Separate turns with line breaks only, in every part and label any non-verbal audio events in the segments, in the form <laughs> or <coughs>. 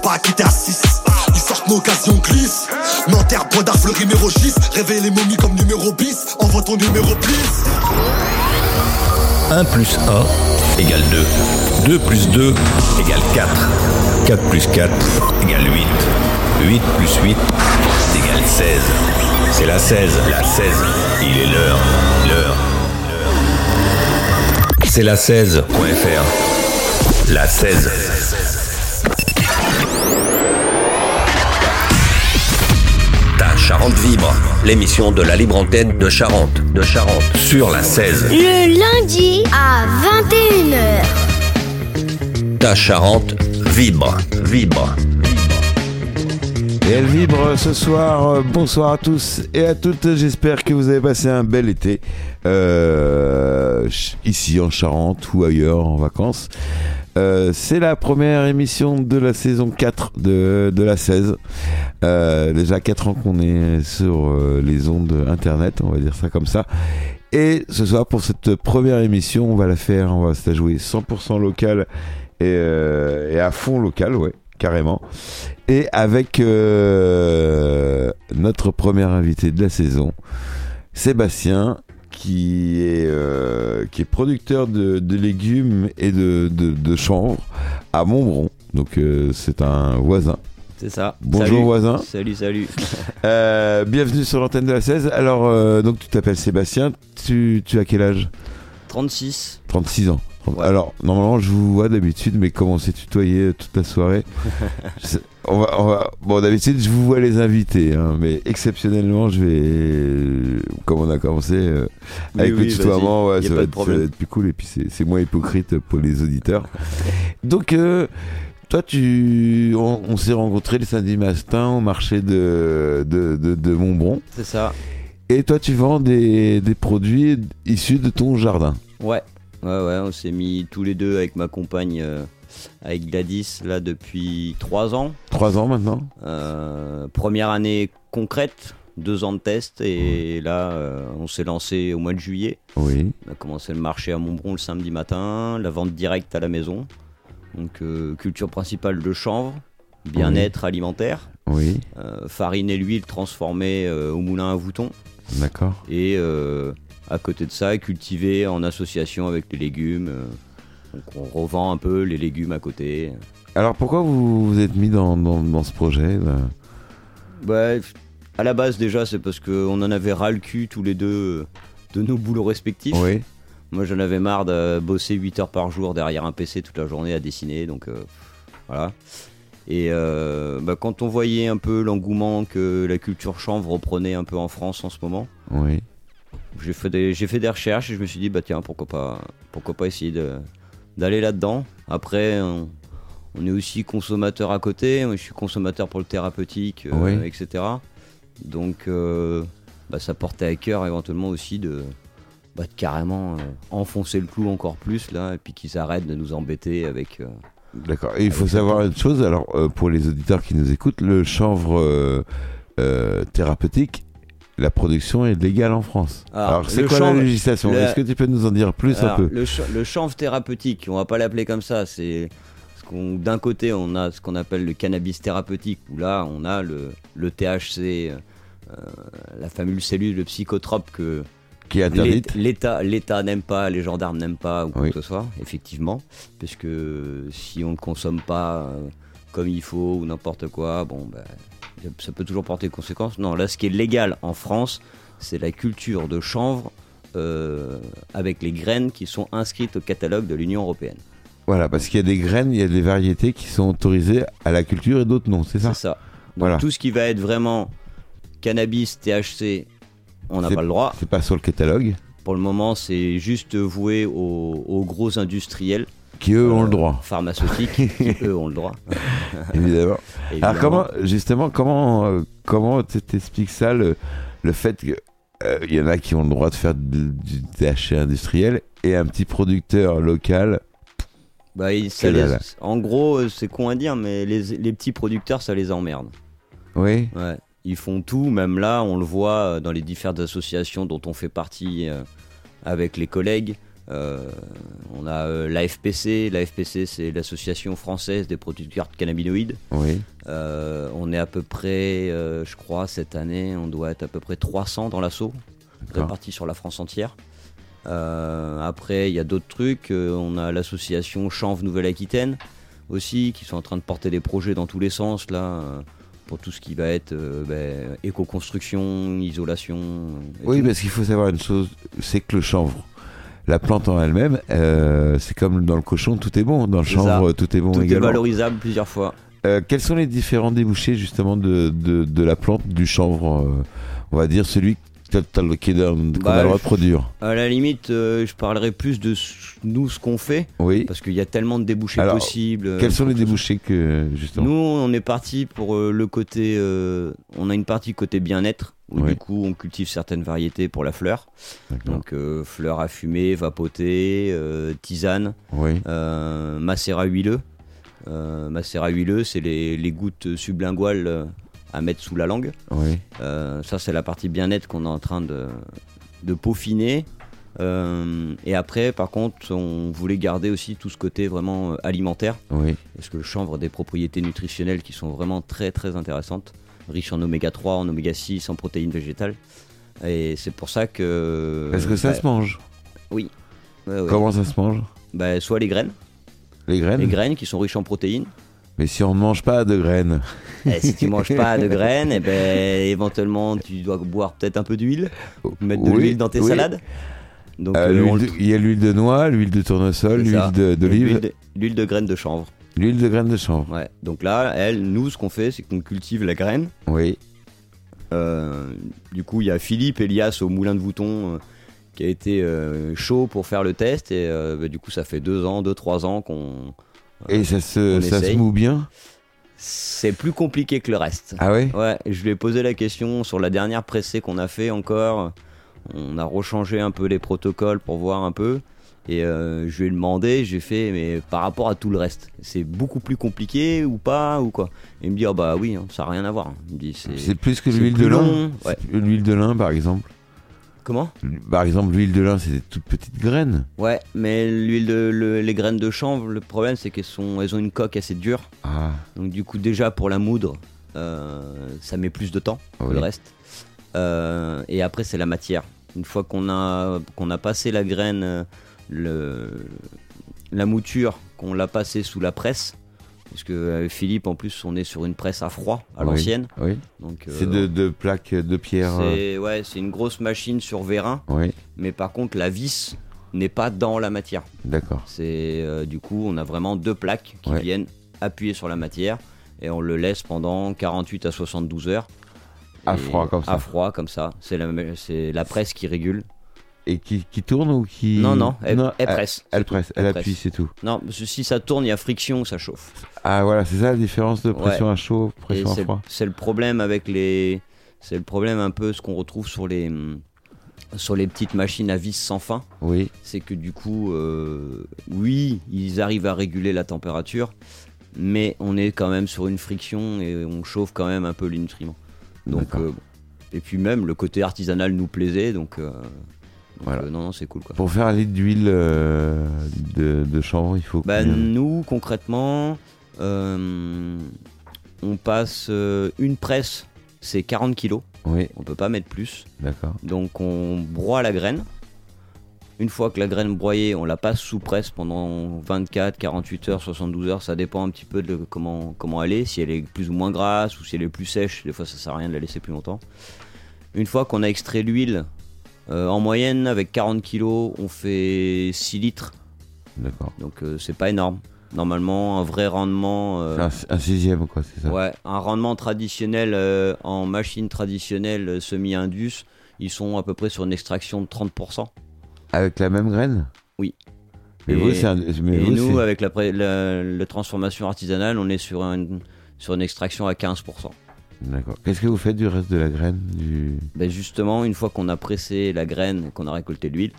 pas quitter à 6 Ils sortent nos occasions glisse Nanterre, Brodard, Fleury, Mérogis Réveille les momies comme numéro bis Envoie ton numéro please
1 plus 1 égale 2. 2 plus 2 égale 4. 4 plus 4 égale 8. 8 plus 8 égale 16. C'est la 16, la 16. Il est l'heure, l'heure. C'est la 16.fr. La 16. Ta Charente vibre, l'émission de la libre antenne de Charente, de Charente, sur la 16.
Le lundi à 21h.
Ta Charente vibre, vibre.
Et elle vibre ce soir. Euh, Bonsoir à tous et à toutes. J'espère que vous avez passé un bel été euh, ch- ici en Charente ou ailleurs en vacances. Euh, c'est la première émission de la saison 4 de, de la 16. Euh, déjà 4 ans qu'on est sur euh, les ondes internet, on va dire ça comme ça. Et ce soir, pour cette première émission, on va la faire, on va se la jouer 100% local et, euh, et à fond local, ouais, carrément. Et avec euh, notre premier invité de la saison, Sébastien, qui est, euh, qui est producteur de, de légumes et de, de, de chanvre à Montbron. Donc euh, c'est un voisin.
C'est ça.
Bonjour,
Salut.
voisin.
Salut, salut.
Euh, bienvenue sur l'antenne de la 16. Alors, euh, donc tu t'appelles Sébastien, tu, tu as quel âge
36.
36 ans. Alors, normalement, je vous vois d'habitude, mais comme on s'est tutoyé toute la
<laughs>
soirée, je sais- on va, on va- bon, d'habitude, je vous vois les invités, hein, mais exceptionnellement, je vais, comme on a commencé euh,
Oui,
avec le
oui,
tutoiement,
vas-y,
ouais,
y a
ça,
pas
va
de
être, ça va
problème.
être plus cool, et puis c'est c'est moins hypocrite pour les
<laughs>
auditeurs. Donc, euh, toi, tu, on, on s'est rencontrés le samedi matin au marché de, de, de, de Montbron,
C'est ça.
et toi, tu vends des, des produits issus de ton jardin.
Ouais. Ouais, ouais, on s'est mis tous les deux avec ma compagne, euh, avec Gladys, là depuis 3 ans.
Trois ans maintenant
Euh, première année concrète, 2 ans de test, et là, euh, on s'est lancé au mois de juillet.
Oui.
On a commencé le marché à Montbron le samedi matin, la vente directe à la maison. Donc, euh, culture principale de chanvre, bien-être alimentaire,
Oui,
euh, farine et l'huile transformées euh, au moulin à voûtons.
d'accord.
et euh, à côté de ça cultiver en association avec les légumes. euh, donc on revend un peu les légumes à côté.
Alors pourquoi vous vous êtes mis dans, dans, dans ce projet là
Bah, à la base déjà c'est parce qu'on en avait ras le cul tous les deux euh, de nos boulots respectifs.
Oui.
Moi j'en avais marre de bosser 8 heures par jour derrière un PC toute la journée à dessiner, donc euh, voilà. Et euh, bah, quand on voyait un peu l'engouement que la culture chanvre reprenait un peu en France en ce moment,
Oui.
J'ai fait, des, j'ai fait des recherches et je me suis dit, bah tiens, pourquoi pas, pourquoi pas essayer de- d'aller là-dedans. Après, on, on est aussi consommateur à côté, je suis consommateur pour le thérapeutique, euh,
Oui.
etc. Donc, euh, bah, ça portait à cœur éventuellement aussi de, bah, de carrément euh, enfoncer le clou encore plus, là, et puis qu'ils arrêtent de nous embêter avec. euh,
D'accord. Et il faut savoir une chose, alors euh, pour les auditeurs qui nous écoutent, le chanvre euh, euh, thérapeutique, la production est légale en France.
Ah,
alors c'est
le
quoi la
chanvre-
législation
le-
Est-ce que tu peux nous en dire plus
Alors,
un peu
Le, ch- le chanvre thérapeutique, on va pas l'appeler comme ça. C'est ce qu'on- d'un côté on a ce qu'on appelle le cannabis thérapeutique où là on a le, le THC, euh, la fameuse cellule le psychotrope que
Qui est
l'État-
interdite
l'État l'État n'aime pas, les gendarmes n'aiment pas ou quoi
Oui.
que ce soit, effectivement, parce que euh, si on le consomme pas euh, comme il faut ou n'importe quoi, bon ben, ça peut toujours porter conséquence. Non, là ce qui est légal en France, c'est la culture de chanvre euh, avec les graines qui sont inscrites au catalogue de l'Union européenne.
Voilà, parce qu'il y a des graines, il y a des variétés qui sont autorisées à la culture et d'autres non, c'est ça
C'est ça. Donc
Ah. Voilà.
tout ce qui va être vraiment cannabis, THC, on n'a
C'est-
pas le droit.
C'est pas sur le catalogue
Pour le moment, c'est juste voué aux, aux gros industriels
qui eux ont
euh,
le
<laughs>
droit,
pharmaceutiques qui eux ont le droit.
évidemment. Alors
évidemment.
comment, justement, comment, euh, comment tu t'expliques ça, le, le fait que euh, il y en a qui ont le droit de faire de- du THC industriel et un petit producteur local,
Bah, ils- ça
Que
les-
dalle.
En gros, euh, c'est con à dire, mais les, les petits producteurs, ça les emmerde.
oui,
Ouais. Ils font tout, même là, on le voit euh, dans les différentes associations dont on fait partie euh, avec les collègues. Euh, on a euh, l'AFPC. L'AFPC, c'est l'Association française des producteurs de cannabinoïdes.
Oui.
Euh, on est à peu près, euh, je crois, cette année, on doit être à peu près 300 dans l'assaut,
D'accord.
répartis sur la France entière. Euh, après, il y a d'autres trucs. euh, on a l'association Chanvre Nouvelle-Aquitaine aussi, qui sont en train de porter des projets dans tous les sens, là, euh, pour tout ce qui va être euh, ben, éco-construction, isolation. et
Oui,
tout.
parce qu'il faut savoir une chose, c'est que le chanvre, la plante en elle-même, euh, c'est comme dans le cochon, tout est bon. Dans le
C'est
chanvre, tout est bon
tout est
également.
valorisable plusieurs fois.
Euh, quels sont les différents débouchés justement de, de, de la plante du chanvre euh, On va dire celui que t'as- t'as- qui est dans- qu'on
Bah,
a le droit de
je-
produire.
À la limite, euh, je parlerai plus de ce- nous, ce qu'on fait,
Oui.
parce qu'il y a tellement de débouchés
Alors,
possibles. euh,
Quels sont les
pour-
débouchés que justement
Nous, on est parti pour euh, le côté. euh, on a une partie côté bien-être, où
Oui.
du coup, on cultive certaines variétés pour la fleur.
D'accord.
Donc, euh, fleur à fumer, vapotée, euh, tisane,
Oui.
euh, macérat huileux. Euh, macérat huileux, c'est les, les gouttes sublinguales euh, à mettre sous la langue.
Oui.
Euh, ça, c'est la partie bien-être qu'on est en train de, de peaufiner. Euh, et après, par contre, on voulait garder aussi tout ce côté vraiment euh, alimentaire
Oui.
parce que le chanvre a des propriétés nutritionnelles qui sont vraiment très très intéressantes, riches en oméga 3, en oméga 6, en protéines végétales. Et c'est pour ça que.
Est-ce que ça
bah,
se mange
ouais, ouais.
Comment ça se mange
Bah, Soit les graines,
Les graines
les graines qui sont riches en protéines.
Mais si on ne mange pas de graines
Et si tu manges pas de graines, et ben, éventuellement tu dois boire peut-être un peu d'huile, mettre de
Oui,
l'huile dans tes
oui.
salades. Donc
Euh,
euh, on
l'huile
le-
de- Il y a l'huile de noix, l'huile de tournesol,
C'est ça.
l'huile de-
l'huile
d'olive,
de- l'huile de graines de chanvre.
l'huile de graines de chanvre.
Ouais. Donc là, elle, nous, ce qu'on fait, c'est qu'on cultive la graine.
Oui.
Euh, du coup, il y a Philippe Elias au Moulin de Vouton euh, qui a été euh, chaud pour faire le test. Et euh, bah, du coup, ça fait deux ans, deux, trois ans qu'on.
Et ça se,
On
ça se
essaye.
moue bien
C'est plus compliqué que le reste.
Ah ouais
Ouais, je lui ai posé la question sur la dernière pressée qu'on a fait encore. On a rechangé un peu les protocoles pour voir un peu. Et euh, je lui ai demandé, j'ai fait, mais par rapport à tout le reste, c'est beaucoup plus compliqué ou pas ou quoi Il me dit, ah bah oui, hein, ça n'a rien à voir. Il me dit,
C'est plus que
c'est
l'huile
plus
de lin
long, ouais.
C'est L'huile de lin, par exemple.
Comment
Par exemple, l'huile de lin, c'est des toutes petites graines.
Ouais, mais l'huile de le- les graines de chanvre, le problème c'est qu'elles sont elles ont une coque assez dure.
Ah,
Donc du coup déjà pour la moudre, euh, ça met plus de temps que
Ah Oui.
le reste. Euh, et après c'est la matière. Une fois qu'on a qu'on a passé la graine, euh, le, la mouture, qu'on l'a passée sous la presse, parce que euh, Philippe en plus on est sur une presse à froid à
Oui.
l'ancienne.
oui.
Donc
C'est de,
euh,
de plaques de pierre. euh,
c'est ouais c'est une grosse machine sur vérin,
Oui,
mais par contre la vis n'est pas dans la matière.
d'accord.
C'est euh, du coup, on a vraiment deux plaques qui
Ouais.
viennent appuyer sur la matière et on le laisse pendant 48 à 72 heures.
À
Et-
froid, comme ça.
À froid comme ça. C'est la, c'est la presse qui régule.
Et qui, qui tourne ou qui. euh,
Non, non, elle, elle
elle-
presse.
Elle presse, elle
Elle
appuie,
presse.
c'est tout.
Non, parce que si ça tourne, il y a friction, ça chauffe.
Ah voilà, c'est ça la différence de
Ouais.
pression à chaud,
Et
pression à
c'est,
froid.
c'est le problème avec les. C'est le problème un peu ce qu'on retrouve sur les hum, sur les petites machines à vis sans fin.
Oui,
c'est que du coup, euh, oui, ils arrivent à réguler la température, mais on est quand même sur une friction et on chauffe quand même un peu les nutriments. Donc,
D'accord.
euh, bon. et puis même le côté artisanal nous plaisait, donc, euh, donc,
Voilà.
euh, non, non, c'est cool quoi.
pour faire un litre d'huile euh, de, de chanvre, il faut.
Bah,
combien de-
nous concrètement, euh, on passe euh, une presse, c'est 40 kilos,
Oui,
on peut pas mettre plus.
d'accord.
Donc on broie la graine. Une fois que la graine broyée, on la passe sous presse pendant 24, 48 heures, 72 heures, ça dépend un petit peu de comment, comment elle est, si elle est plus ou moins grasse ou si elle est plus sèche, des fois ça sert à rien de la laisser plus longtemps. Une fois qu'on a extrait l'huile, euh, en moyenne avec 40 kg, on fait 6 litres,
D'accord.
donc euh, c'est pas énorme. Normalement, un vrai rendement... euh,
C'est Un, un sixième, quoi, c'est ça
Ouais, un rendement traditionnel euh, en machine traditionnelle euh, semi-indus, ils sont à peu près sur une extraction de 30%.
Avec la même graine
Oui.
Mais
Et-
vous, c'est un. Mais
Et
vous,
nous, euh,
c'est-
avec la, pré- la- la transformation artisanale, on est sur, un- sur une extraction à 15%.
D'accord. Qu'est-ce que vous faites du reste de la graine du...
Ben justement, une fois qu'on a pressé la graine, qu'on a récolté l'huile,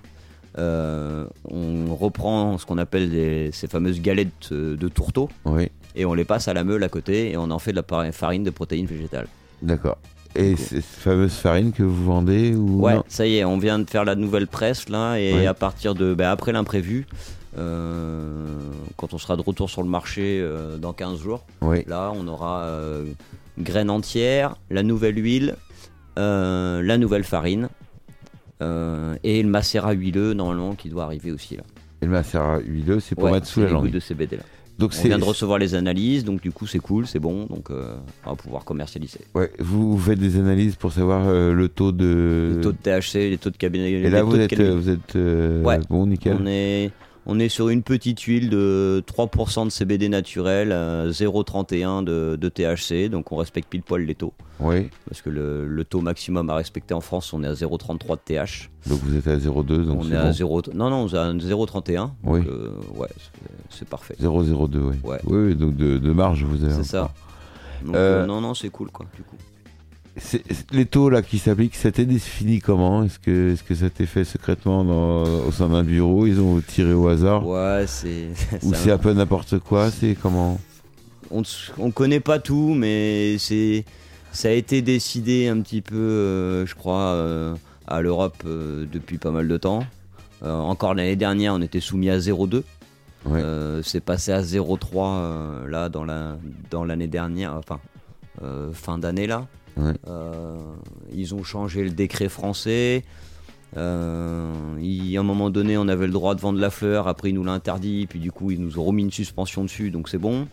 euh, on reprend ce qu'on appelle des- ces fameuses galettes euh, de tourteau
Oui,
et on les passe à la meule à côté et on en fait de la par- farine de protéines végétales.
d'accord. Et cette fameuse farine que vous vendez ou
Ouais,
non
ça y est, on vient de faire la nouvelle presse là, et
Ouais.
à partir de bah, après l'imprévu, euh, quand on sera de retour sur le marché euh, dans 15 jours,
Oui.
là on aura euh, graines entières, la nouvelle huile, euh, la nouvelle farine. euh, et le macérat huileux normalement qui doit arriver aussi là.
Et le macérat huileux, c'est pour
Ouais,
mettre sous
c'est
la
les gouttes
langue.
de CBD là.
Donc
On
c'est.
vient de recevoir les analyses, donc du coup c'est cool, c'est bon, donc euh, on va pouvoir commercialiser.
ouais, vous vous faites des analyses pour savoir euh, le taux de.
Les taux de THC, les taux de cabinet.
Et là, vous êtes, euh, vous êtes euh,
Ouais.
bon, nickel.
On est, on est sur une petite huile de 3% de CBD naturel, euh, 0,31 de, de THC, donc on respecte pile poil les taux.
Oui.
Parce que le, le taux maximum à respecter en France, on est à 0,33 de TH.
Donc vous êtes à 0,2. Donc
on
c'est
est à
bon.
0, non, non, on est à 0,31. donc,
Oui.
euh, ouais, c'est- c'est parfait.
0,02, oui.
Ouais.
Oui, oui, donc de, de marge, vous avez.
C'est ça. Donc,
Euh,
euh, non, non, c'est cool quoi, du coup.
C'est- les taux là qui s'appliquent, ça t'est défini comment Est-ce que, est que ça t'est fait secrètement dans- au sein d'un bureau Ils ont tiré au hasard
Ouais, c'est. <laughs>
Ou
ça-
c'est un peu n'importe quoi C'est comment
on ne connaît pas tout, mais c'est ça a été décidé un petit peu, euh, je crois, euh, à l'Europe euh, depuis pas mal de temps. Euh, encore l'année dernière, on était soumis à 0,2.
Ouais.
Euh, c'est passé à 0,3 euh, là dans la dans l'année dernière, enfin euh, fin d'année là.
Ouais.
Euh, ils ont changé le décret français. Euh, il- à un moment donné, on avait le droit de vendre la fleur. Après, ils nous l'ont interdit. Puis du coup, ils nous ont remis une suspension dessus, donc c'est bon.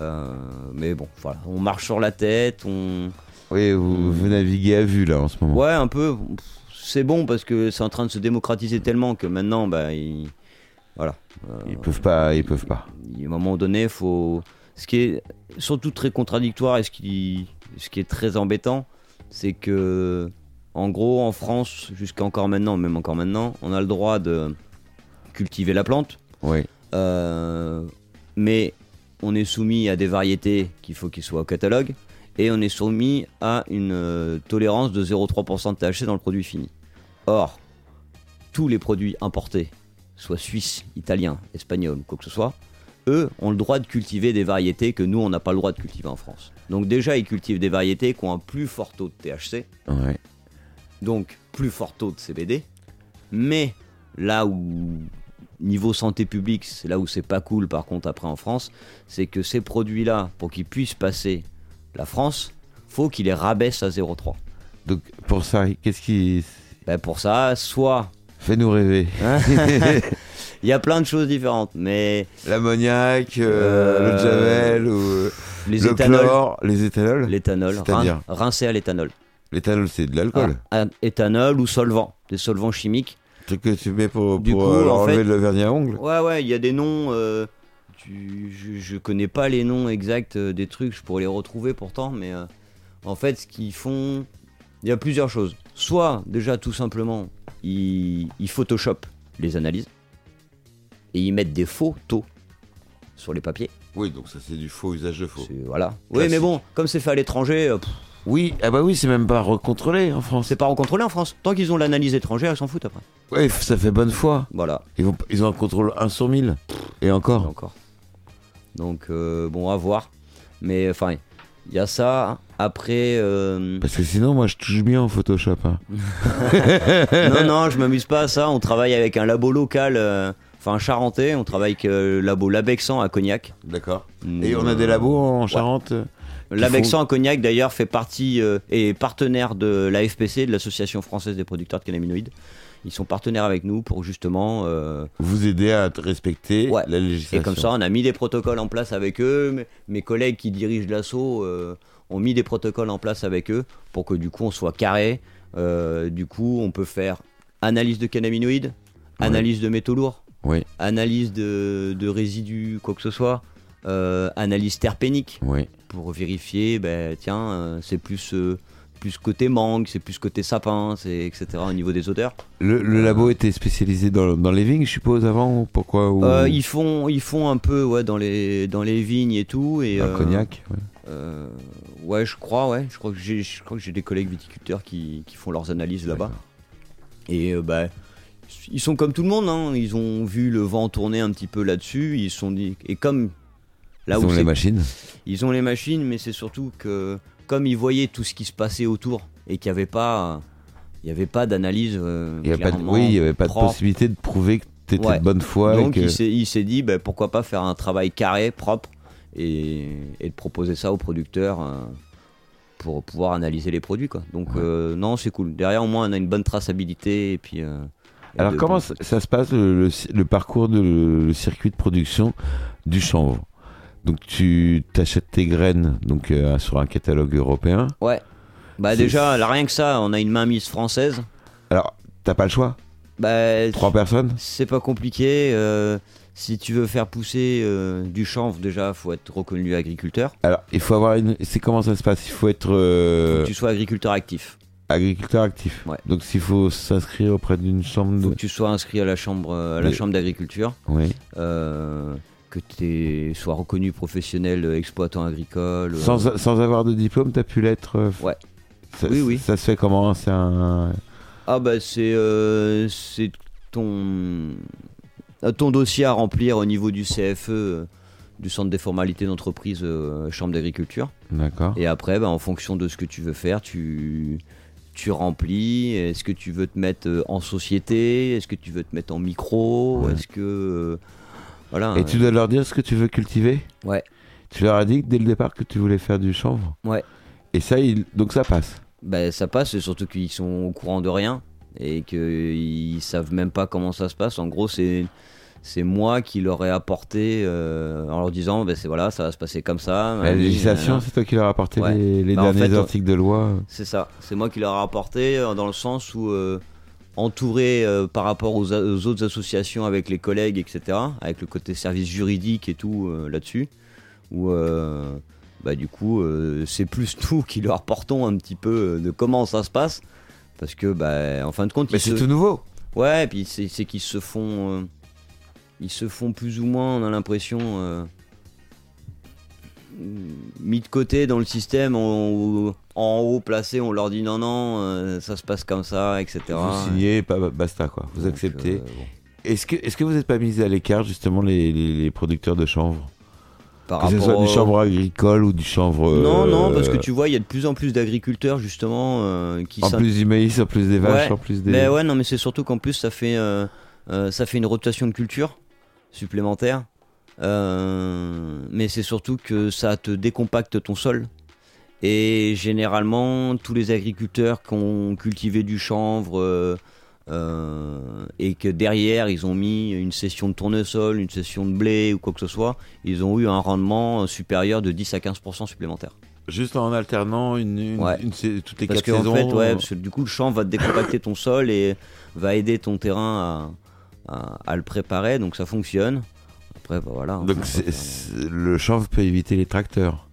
Euh, mais bon, voilà, on marche sur la tête, on...
Oui,
Euh,
vous, vous naviguez à vue là en ce moment.
Ouais, un peu, pff, c'est bon parce que c'est en train de se démocratiser tellement que maintenant, bah, il... voilà. euh,
Ils peuvent pas, ils peuvent pas.
il- à un moment donné, faut... Ce qui est surtout très contradictoire et ce qui, ce qui est très embêtant, c'est que, en gros, en France, jusqu'à encore maintenant, même encore maintenant, on a le droit de cultiver la plante,
Oui.
euh, mais on est soumis à des variétés qu'il faut qu'ils soient au catalogue et on est soumis à une euh, tolérance de 0,3% de THC dans le produit fini. Or, tous les produits importés, soit suisses, italiens, espagnols ou quoi que ce soit, eux ont le droit de cultiver des variétés que nous on n'a pas le droit de cultiver en France. Donc déjà ils cultivent des variétés qui ont un plus fort taux de THC,
Ouais.
donc plus fort taux de CBD. Mais là où niveau santé publique, c'est là où c'est pas cool par contre après en France, c'est que ces produits-là, pour qu'ils puissent passer la France, faut qu'ils les rabaissent à 0,3.
Donc pour ça, qu'est-ce qui
Ben pour ça, soit hein,
fait nous
<laughs>
rêver <laughs>
il y a plein de choses différentes, mais
L'ammoniac, euh,
Euh,
le javel ou euh,
les
le
éthanols,
chlore, les éthanols.
l'éthanol,
C'est-à-dire
rin- rincer à l'éthanol,
L'éthanol, c'est de l'alcool.
Ah, un- éthanol ou solvant, des solvants chimiques.
Le truc que tu mets pour,
Du
pour
coup,
euh,
en
enlever
fait-
le vernis à ongles.
Ouais, ouais, il y a des noms. euh, tu- je, je connais pas les noms exacts euh, des trucs, je pourrais les retrouver pourtant, mais euh, en fait, ce qu'ils font. Il y a plusieurs choses. Soit, déjà, tout simplement, ils, ils photoshopent les analyses et ils mettent des faux taux sur les papiers.
Oui, donc ça c'est du faux usage de faux.
C'est- Voilà. Oui,
Classique.
mais bon, comme c'est fait à l'étranger, euh, pff,
Oui, ah bah oui, c'est même pas recontrôlé en France.
c'est pas recontrôlé en France. Tant qu'ils ont l'analyse étrangère, ils s'en foutent après.
Ouais, f- ça fait bonne foi.
Voilà.
Ils, vont- ils ont un contrôle 1 sur 1000. Et
Pas
encore.
encore. Donc euh, bon, à voir. Mais enfin, il y a ça. Après,
<laughs>
euh,
Parce que sinon, moi je touche bien en Photoshop. hein.
non, non, je m'amuse pas à ça. On travaille avec un labo local, euh, enfin charentais. On travaille avec euh, le labo Labexan à Cognac. euh,
D'accord. Et on a des labos en Charente euh,
Labexan à Cognac d'ailleurs fait partie euh, et partenaire de la FPC, de l'Association française des producteurs de cannabinoïdes. Ils sont partenaires avec nous pour justement euh,
vous aider à t- respecter
Ouais.
la législation.
Et comme ça, on a mis des protocoles en place avec eux. Mes- Mes collègues qui dirigent l'assaut euh, ont mis des protocoles en place avec eux pour que du coup, on soit carré. Euh, du coup, on peut faire analyse de cannabinoïdes,
Ouais.
analyse de métaux lourds,
Oui.
analyse de, de résidus, quoi que ce soit, euh, analyse terpénique
Oui.
pour vérifier, ben tiens, euh, c'est plus. euh, plus côté mangue, c'est plus côté sapin, c'est etc. au niveau des odeurs.
Le, le labo était spécialisé dans, dans les vignes, je suppose, avant ou Pourquoi ou...
Euh, ils font, ils font un peu, ouais, dans les dans les vignes et tout et
Un
euh,
Bah, cognac ouais.
Euh, ouais, je crois, ouais. Je crois que j'ai, je crois que j'ai des collègues viticulteurs qui, qui font leurs analyses là-bas. Et euh, bah, ils sont comme tout le monde, hein. Ils ont vu le vent tourner un petit peu là-dessus. Ils se sont dit, et comme Là
Ils
où
ont les
c'est-
machines.
ils ont les machines, mais c'est surtout que comme ils voyaient tout ce qui se passait autour et qu'il n'y avait pas, il y avait pas d'analyse. euh,
Il y avait pas de-
clairement
oui, il n'y avait pas de
propre.
possibilité de prouver que tu étais
Ouais.
de bonne foi. et
Donc
que-
il s'est- il s'est dit bah, pourquoi pas faire un travail carré, propre et, et de proposer ça aux producteurs euh, pour pouvoir analyser les produits quoi. Donc euh, non c'est cool. Derrière au moins on a une bonne traçabilité et puis. euh, et
Alors
de-
comment ça, ça se passe le, le ci- le parcours de le, le circuit de production du chanvre Donc tu t'achètes tes graines donc euh, sur un catalogue européen.
Ouais. Bah
C'est-
déjà là, rien que ça on a une mainmise française.
Alors t'as pas le choix.
Bah,
Trois personnes.
C'est pas compliqué. euh, si tu veux faire pousser euh, du chanvre, déjà, faut être reconnu agriculteur.
Alors il faut avoir une. C'est comment ça se passe Il faut être euh,
Faut que tu sois agriculteur actif.
agriculteur actif.
Ouais.
Donc s'il faut s'inscrire auprès d'une chambre.
Faut
De...
que tu sois inscrit à la chambre, euh, à la
Mais-
chambre d'agriculture,
Oui.
euh, que tu sois reconnu professionnel euh, exploitant agricole. euh,
Sans, sans avoir de diplôme, t'as pu l'être. euh,
Ouais.
Ça,
Oui, oui.
Ça se fait comment C'est un.
Ah bah c'est euh, c'est ton euh, ton dossier à remplir au niveau du CFE, euh, du centre des formalités d'entreprise euh, chambre d'agriculture.
D'accord.
Et après, bah, en fonction de ce que tu veux faire, tu, tu remplis. Est-ce que tu veux te mettre euh, en société Est-ce que tu veux te mettre en micro
Ouais.
Est-ce que. euh, voilà.
Et tu dois leur dire ce que tu veux cultiver
Ouais.
Tu leur as dit dès le départ que tu voulais faire du chanvre
Ouais.
Et ça, il- donc ça passe.
Bah, ça passe, et surtout qu'ils sont au courant de rien et qu'ils savent même pas comment ça se passe. En gros, c'est. C'est moi qui leur ai apporté euh, en leur disant, bah, c'est voilà, ça va se passer comme ça.
La
nanani,
législation,
nanana.
c'est toi qui leur as apporté
Ouais.
les, les
Bah, en
derniers
fait, on-
articles de loi.
C'est ça, c'est moi qui leur ai apporté euh, dans le sens où euh, entouré euh, par rapport aux, a- aux autres associations avec les collègues, etc., avec le côté service juridique et tout euh, là-dessus, où euh, bah, du coup euh, c'est plus <laughs> nous qui leur portons un petit peu euh, de comment ça se passe, parce que bah, en fin de compte,
Mais
ils
c'est
se-
tout nouveau.
ouais, et puis c'est c'est qu'ils se font, euh, ils se font plus ou moins, on a l'impression. euh, mis de côté dans le système, en, en haut placé, on leur dit non, non, euh, ça se passe comme ça, etc.
Vous signez, pas, pas- basta quoi. Vous
Ah. Donc,
acceptez.
euh, bon.
Est-ce que, est-ce que vous n'êtes pas mis à l'écart justement les, les- les producteurs de chanvre
Par
Que ce
rapport
soit
au-
du chanvre agricole ou du chanvre.
Non, non,
euh,
parce que tu vois, il y a de plus en plus d'agriculteurs justement euh, qui
En
s'in-
plus du maïs, en plus des vaches,
Ouais.
en plus des.
Mais ouais, non, mais c'est surtout qu'en plus, ça fait, euh, euh, ça fait une rotation de culture supplémentaire. Euh, mais c'est surtout que ça te décompacte ton sol. Et généralement, tous les agriculteurs qui ont cultivé du chanvre euh, euh, et que derrière ils ont mis une session de tournesol, une session de blé ou quoi que ce soit, ils ont eu un rendement supérieur de 10 à 15% supplémentaire.
Juste en alternant une, une-
Ouais.
une sais- toutes les
Parce
quatre
que, en
saisons. euh,
fait, ouais, parce que du coup, le champ va te décompacter ton sol et va aider ton terrain à, à- à le préparer, donc ça fonctionne. Après, bah voilà.
Donc
on peut
c'est-
faire-
c'est- le chanvre peut éviter les tracteurs.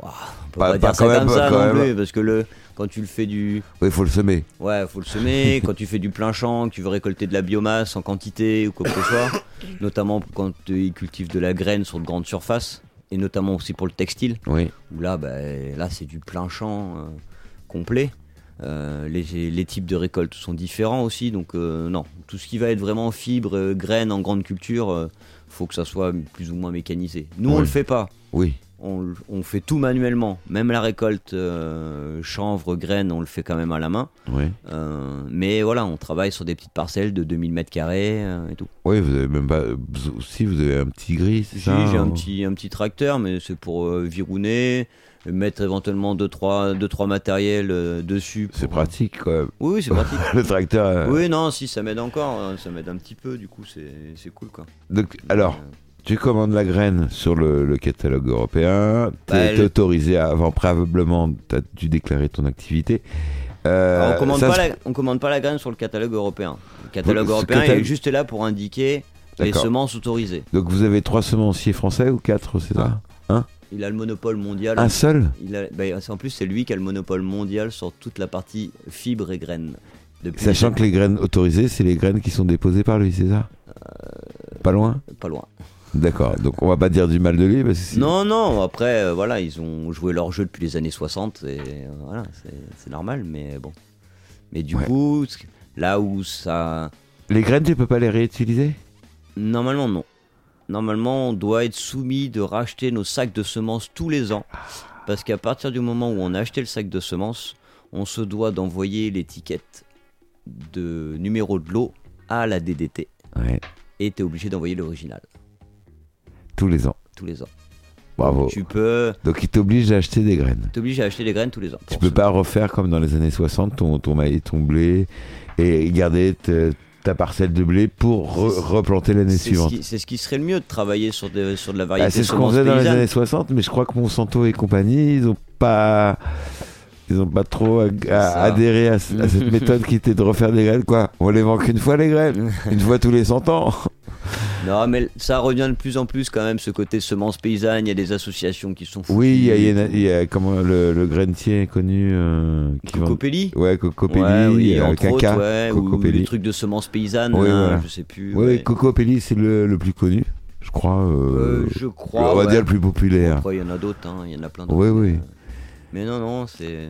on peut
pas- pas
pas, dire ça
quand même,
comme
pas
ça
quand
non
même.
plus, parce que le, quand tu le fais du.
Oui, il faut le semer.
Ouais, faut le
<laughs>
semer. quand tu fais du plein champ, que tu veux récolter de la biomasse en quantité ou quoi que ce soit,
<coughs>
notamment quand euh, ils cultivent de la graine sur de grandes surfaces, et notamment aussi pour le textile.
Oui.
où là, bah, là c'est du plein champ euh, complet. Euh, les, les types de récoltes sont différents aussi, donc euh, non, tout ce qui va être vraiment fibres, euh, graines en grande culture, euh, faut que ça soit plus ou moins mécanisé. Nous, on
Oui.
le fait pas.
Oui.
On, le- on fait tout manuellement, même la récolte euh, chanvre, graines, on le fait quand même à la main.
Oui.
Euh, mais voilà, on travaille sur des petites parcelles de 2000 mètres carrés euh, et tout.
Oui, vous avez même pas. vous- Si vous avez un petit gris, c'est
Si,
ça hein.
j'ai un
ou-
petit, un petit tracteur, mais c'est pour euh, virouner, mettre éventuellement 2-3 deux, trois, deux, trois matériels euh, dessus. pour-
C'est pratique, quoi.
Oui, oui,
<laughs>
c'est pratique.
Le tracteur. euh,
oui, non, si, ça m'aide encore, euh, ça m'aide un petit peu, du coup, c'est c'est cool, quoi.
Donc, alors, tu commandes la graine sur le, le catalogue européen. Tu
Bah,
es,
le-
autorisé à- avant préalablement, tu as dû déclarer ton activité. Euh,
Alors, on commande
ça
pas
se-
la, on commande pas la graine sur le catalogue européen. Le catalogue
ce
européen il
catalogue-
est juste là pour indiquer les
D'accord.
semences autorisées.
Donc, vous avez trois semenciers français ou quatre, c'est ça
Ah, Il a le monopole mondial.
Un seul
Il a- bah, c'est- en plus, c'est lui qui a le monopole mondial sur toute la partie fibres et graines. Depuis
Sachant que les graines autorisées, c'est les graines qui sont déposées par lui, c'est ça
Euh,
Pas loin
Pas loin.
D'accord. Donc, on va pas dire du mal de lui parce que si-
Non, non, après, euh, voilà, ils ont joué leur jeu depuis les années 60, et euh, voilà, c'est- c'est normal, mais bon. Mais du
Ouais.
coup, c- là où ça.
Les graines, tu peux pas les réutiliser
Normalement, non. normalement, on doit être soumis de racheter nos sacs de semences tous les ans. Parce qu'à partir du moment où on a acheté le sac de semences, on se doit d'envoyer l'étiquette de numéro de lot à la DDT.
Ouais.
Et tu es obligé d'envoyer l'original
Tous les ans.
tous les ans.
Bravo.
Tu peux
Donc il t'oblige à acheter des graines.
t'obliges à acheter des graines tous les ans.
Tu
pour
peux
se-
pas refaire comme dans les années 60 ton, ton maïs, ton blé et garder te- ta parcelle de blé pour re-
C'est-
replanter l'année
C'est ce,
suivante.
qui, c'est ce qui serait le mieux de travailler sur, des- sur de la
Ah,
variété.
c'est ce qu'on
semence
faisait dans les
paysanne.
années 60, mais je crois que Monsanto et compagnie, ils ont pas, ils ont pas trop ag- à-
Ça.
adhéré à, ce- à
<laughs>
cette méthode qui était de refaire des graines. Quoi On les vend qu'une fois les graines, une fois tous les 100 ans.
Non, mais ça revient de plus en plus quand même, ce côté semence paysanne. Il y a des associations qui sont foutues.
Oui, il y a, il y a- il y a comment le, le grainetier connu euh, qui vend.
Cocopelli
Ouais, Cocopelli,
Ouais, oui,
euh,
entre
Caca,
autres, ouais, ou
Cocopelli.
des trucs de semences paysannes,
Oui,
hein,
voilà.
je sais plus.
Oui,
ouais.
Cocopelli, c'est le, le plus connu, je crois. euh,
Euh, je crois.
on va
ouais.
dire le plus populaire.
Après, il y en a d'autres, hein, il y en a plein d'autres.
Oui, oui.
Mais non, non, c'est.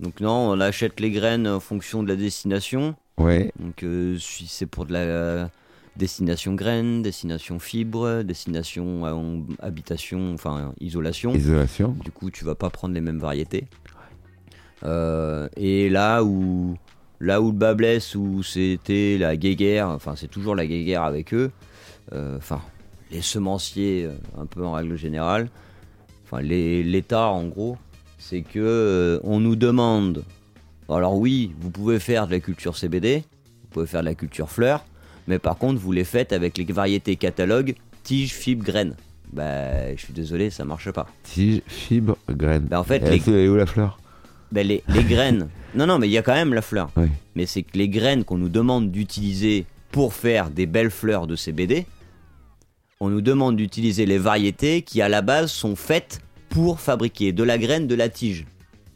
Donc, non, on achète les graines en fonction de la destination.
Ouais.
Donc, euh, si c'est pour de la destination graines, destination fibre, destination euh, en- habitation, enfin isolation.
Isolation.
Du coup, tu vas pas prendre les mêmes variétés. Euh, et là où là où le bas blesse, où c'était la guéguerre, enfin c'est toujours la guéguerre avec eux. euh, Enfin, les semenciers, euh, un peu en règle générale. Enfin, les- l'État en gros, c'est que euh, on nous demande. Alors oui, vous pouvez faire de la culture CBD, vous pouvez faire de la culture fleur, mais par contre vous les faites avec les variétés catalogue tiges, fibres, graines. Bah, je suis désolé, ça marche pas.
Tige, fibre, graines.
Bah, en fait,
Et
les-
c'est- elle est où la fleur
Ben, les,
<laughs>
les graines. Non, non, mais il y a quand même la fleur.
Oui.
Mais c'est que les graines qu'on nous demande d'utiliser pour faire des belles fleurs de CBD, on nous demande d'utiliser les variétés qui à la base sont faites pour fabriquer de la graine de la tige.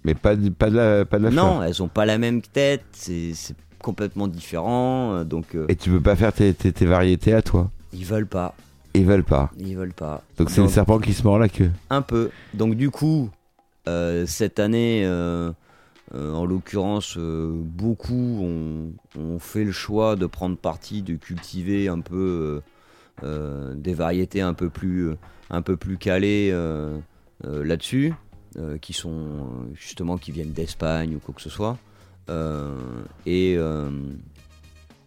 Mais pas, du- pas de la, pas de la fleur.
non, elles ont pas la même tête, c'est c'est complètement différent, euh, donc euh,
Et tu peux pas faire tes, tes- tes variétés à toi.
ils veulent pas,
Ils veulent pas.
ils veulent pas.
Donc c'est le serpent qui se mord la queue.
Un peu. Donc du coup, euh, cette année, euh, euh, en l'occurrence, euh, beaucoup ont, ont fait le choix de prendre parti, de cultiver un peu euh, euh, des variétés un peu plus, euh, un peu plus calées euh, euh, là-dessus, euh, qui sont euh, justement qui viennent d'Espagne ou quoi que ce soit. Euh, et, euh,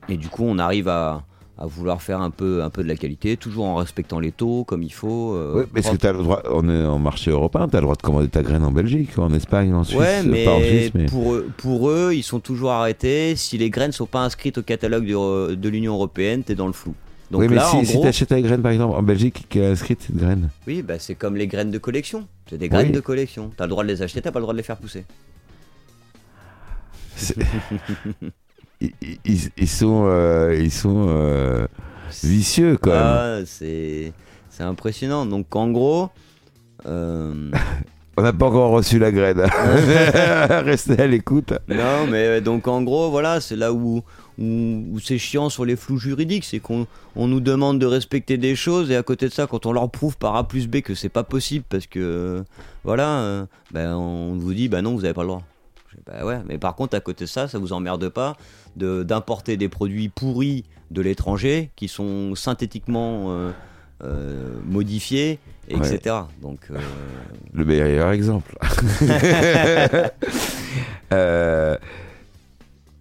et du coup, on arrive à, à vouloir faire un peu, un peu de la qualité, toujours en respectant les taux comme il faut. euh,
Oui, mais est-ce que t'as le droit, on est en marché européen, t'as le droit de commander ta graine en Belgique, en Espagne, en Suisse,
ouais,
euh,
mais,
pas en Suisse, mais.
Pour, eux, pour eux, ils sont toujours arrêtés. Si les graines sont pas inscrites au catalogue de, euh, de l'Union européenne, t'es dans le flou. Donc
oui, mais
là,
si,
en
si
gros,
t'achètes ta graine par exemple en Belgique, qui est inscrite cette graine
oui, bah, c'est comme les graines de collection. C'est des graines
Oui.
de collection. T'as le droit de les acheter, t'as pas le droit de les faire pousser. <laughs>
C'est- ils, ils- ils sont, euh, ils sont euh, vicieux quand même.
Ah, c'est c'est impressionnant. Donc en gros, euh,
On n'a pas encore reçu la
<laughs>
graine. <laughs> Restez à l'écoute.
Non, mais euh, donc en gros, voilà, c'est là où, où, où c'est chiant sur les flous juridiques, c'est qu'on on nous demande de respecter des choses et à côté de ça, quand on leur prouve par A plus B que c'est pas possible parce que euh, voilà, euh, ben, on vous dit bah non, vous avez pas le droit. Je dis, Bah ouais, mais par contre à côté de ça, ça vous emmerde pas de- d'importer des produits pourris de l'étranger qui sont synthétiquement euh, euh, modifiés, etc. Donc euh,
Le meilleur exemple. Euh,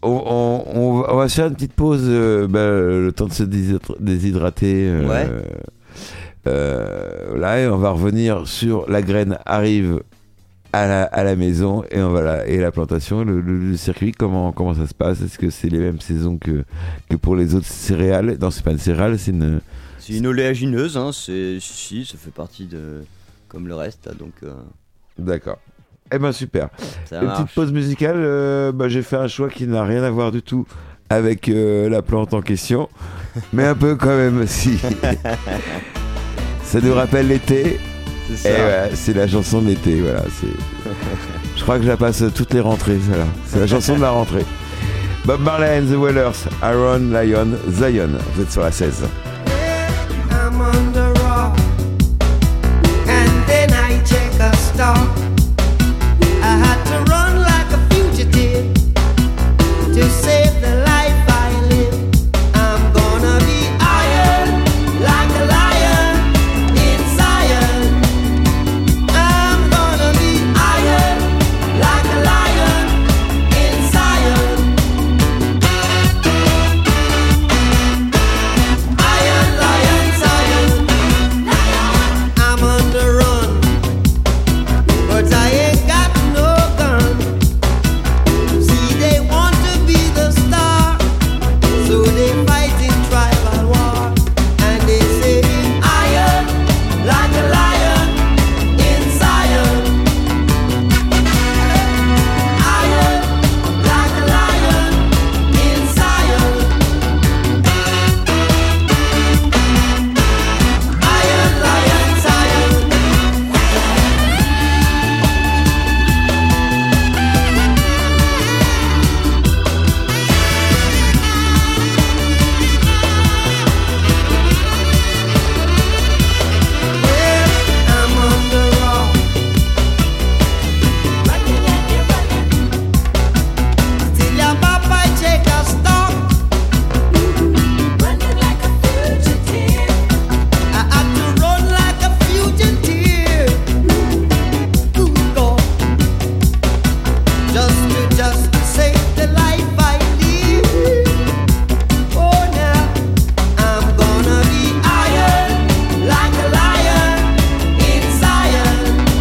on, on- on va- on va se faire une petite pause, euh, bah, le temps de se déshydr- déshydrater. euh,
Ouais.
euh, là, et on va revenir sur la graine arrive à la, à la maison et on va la, et la plantation, le, le- le circuit, comment, comment ça se passe Est-ce que c'est les mêmes saisons que, que pour les autres céréales Non, c'est pas une céréale, c'est une.
C'est une oléagineuse, hein, c'est si, si, ça fait partie de comme le reste, donc euh,
D'accord. Eh ben super.
ça
Une
marche.
petite pause musicale, euh, bah, j'ai fait un choix qui n'a rien à voir du tout avec euh, la plante en question, mais un peu quand même
<laughs>
si. ça nous rappelle l'été,
C'est
et
ça.
voilà, c'est la chanson de l'été, voilà.
<laughs>
c'est- Je crois que je la passe toutes les rentrées, voilà. C'est la chanson de la rentrée. Bob Marley and the Wailers, Aaron Lion, Zion, vous êtes sur la 16.
I'm on the rock and then I take a stop. I had to run like a fugitive to save the life I live. I'm gonna be iron like a lion.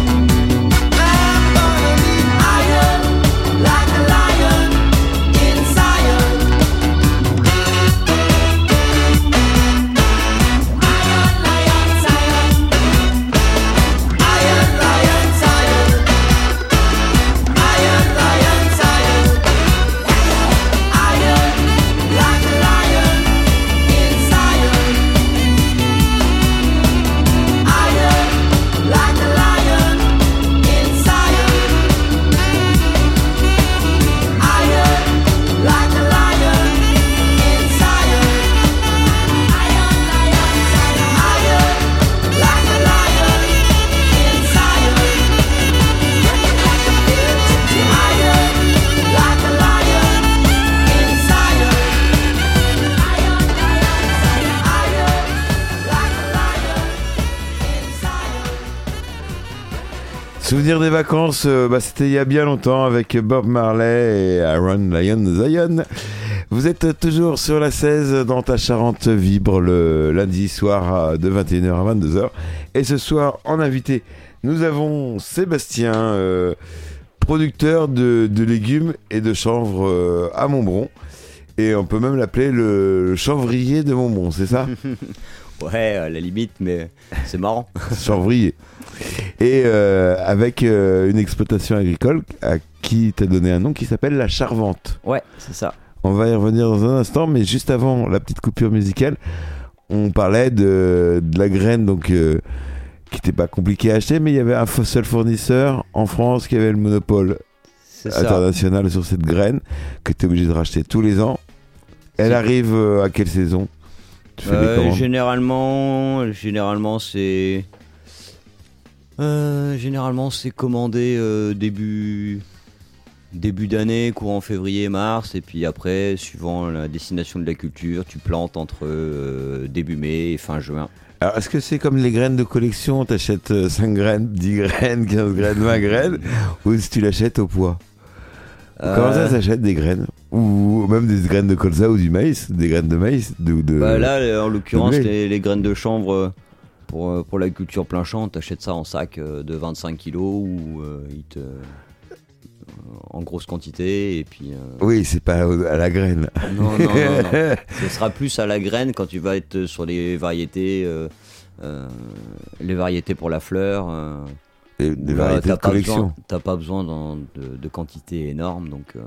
Oh,
souvenir des vacances, euh, bah, c'était il y a bien longtemps avec Bob Marley et Aaron Lyon Zion. Vous êtes toujours sur la 16 dans ta Charente vibre le lundi soir à- de 21h à 22h. Et ce soir, en invité, nous avons Sébastien, euh, producteur de, de légumes et de chanvre euh, à Montbron. Et on peut même l'appeler le chanvrier de Montbron, c'est ça
Ouais, à la limite, mais c'est marrant.
<laughs> Chanvrier. Et euh, avec euh, une exploitation agricole à qui t'a donné un nom qui s'appelle la Charvente.
<laughs> Ouais, c'est ça.
On va y revenir dans un instant, mais juste avant la petite coupure musicale, on parlait de, de la graine donc euh, qui n'était pas compliquée à acheter, mais il y avait un fo- seul fournisseur en France qui avait le monopole
C'est ça.
international sur cette graine que tu es obligé de racheter tous les ans. Elle
C'est-
arrive euh, à quelle saison Tu fais des
Euh,
commandes
généralement, généralement c'est. Euh, généralement, c'est commandé euh, début début d'année, courant février, mars, et puis après, suivant la destination de la culture, tu plantes entre euh, début mai et fin juin.
Alors, est-ce que c'est comme les graines de collection T'achètes euh, 5 graines, <laughs> 10 graines, 15 graines, 20 graines Ou est-ce que tu l'achètes au poids Comment ça
Euh,
s'achète des graines Ou même des graines de colza ou du maïs Des graines de maïs de, de-
Bah là, en l'occurrence,
blé.
les, les graines de chanvre euh, pour, euh, pour la culture plein champ, t'achètes ça en sac euh, de 25 kg ou euh, il te- en grosse quantité. Et puis,
<laughs>
euh,
Oui, c'est pas au- à la graine.
non, non, non, non. Ce sera plus à la graine quand tu vas être sur les variétés, euh, euh, les variétés pour la fleur. euh,
<laughs> Des- des
où là,
variétés
t'as
de
pas
collection.
besoin- T'as pas besoin d'en- de, de quantité énorme, donc. euh,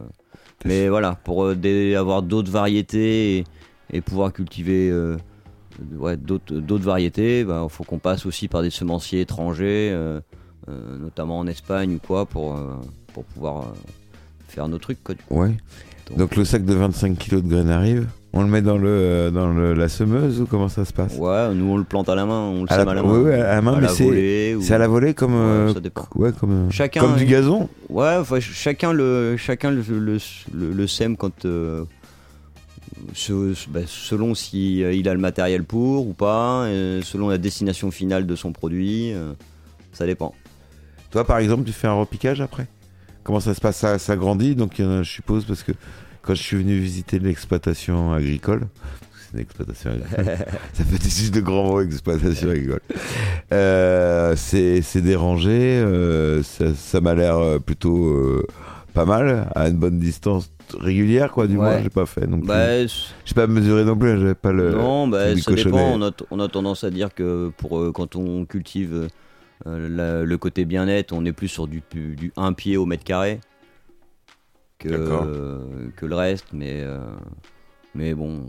mais voilà, pour euh, des- avoir d'autres variétés et, et pouvoir cultiver euh, ouais, d'autres d'autres variétés, bah, il faut qu'on passe aussi par des semenciers étrangers, euh, euh, notamment en Espagne ou quoi, pour euh, pour pouvoir euh, faire nos trucs. quoi.
Ouais.
Donc-
Donc le sac de 25 kg de graines arrive. On le met dans le euh, dans le- la semeuse ou comment ça se passe
Ouais, nous on le plante à la main, on le
À
sème
la-
à la
ouais,
main.
ouais, à la main, mais
la
c'est-
volée ou-
C'est à la volée comme euh,
Ouais, ça dépend.
ouais comme euh,
Chacun-
comme du gazon.
Ouais, enfin, ch- chacun le, chacun le, le, le- le sème quand. euh, se- se- bah, selon si euh, il a le matériel pour ou pas, euh, selon la destination finale de son produit, euh, ça dépend.
Toi par exemple, tu fais un repiquage après Comment ça se passe ça, ça grandit donc il y en a, je suppose parce que quand je suis venu visiter l'exploitation agricole, c'est une exploitation
<laughs>
agricole. ça fait juste de grands mots exploitation agricole. Euh, c'est c'est dérangé, euh, ça, ça m'a l'air euh, plutôt euh, pas mal à une bonne distance régulière quoi du
Ouais.
moins j'ai pas fait donc euh,
Bah, c-
J'ai pas mesuré non plus, j'avais pas le.
non, bah,
du
ça dépend.
cochonnet.
On a, t- on a tendance à dire que pour euh, quand on cultive euh, la- le côté bien net, on est plus sur du, pu- du 1 pied au mètre carré que,
D'accord.
euh, que le reste, mais, euh, mais bon.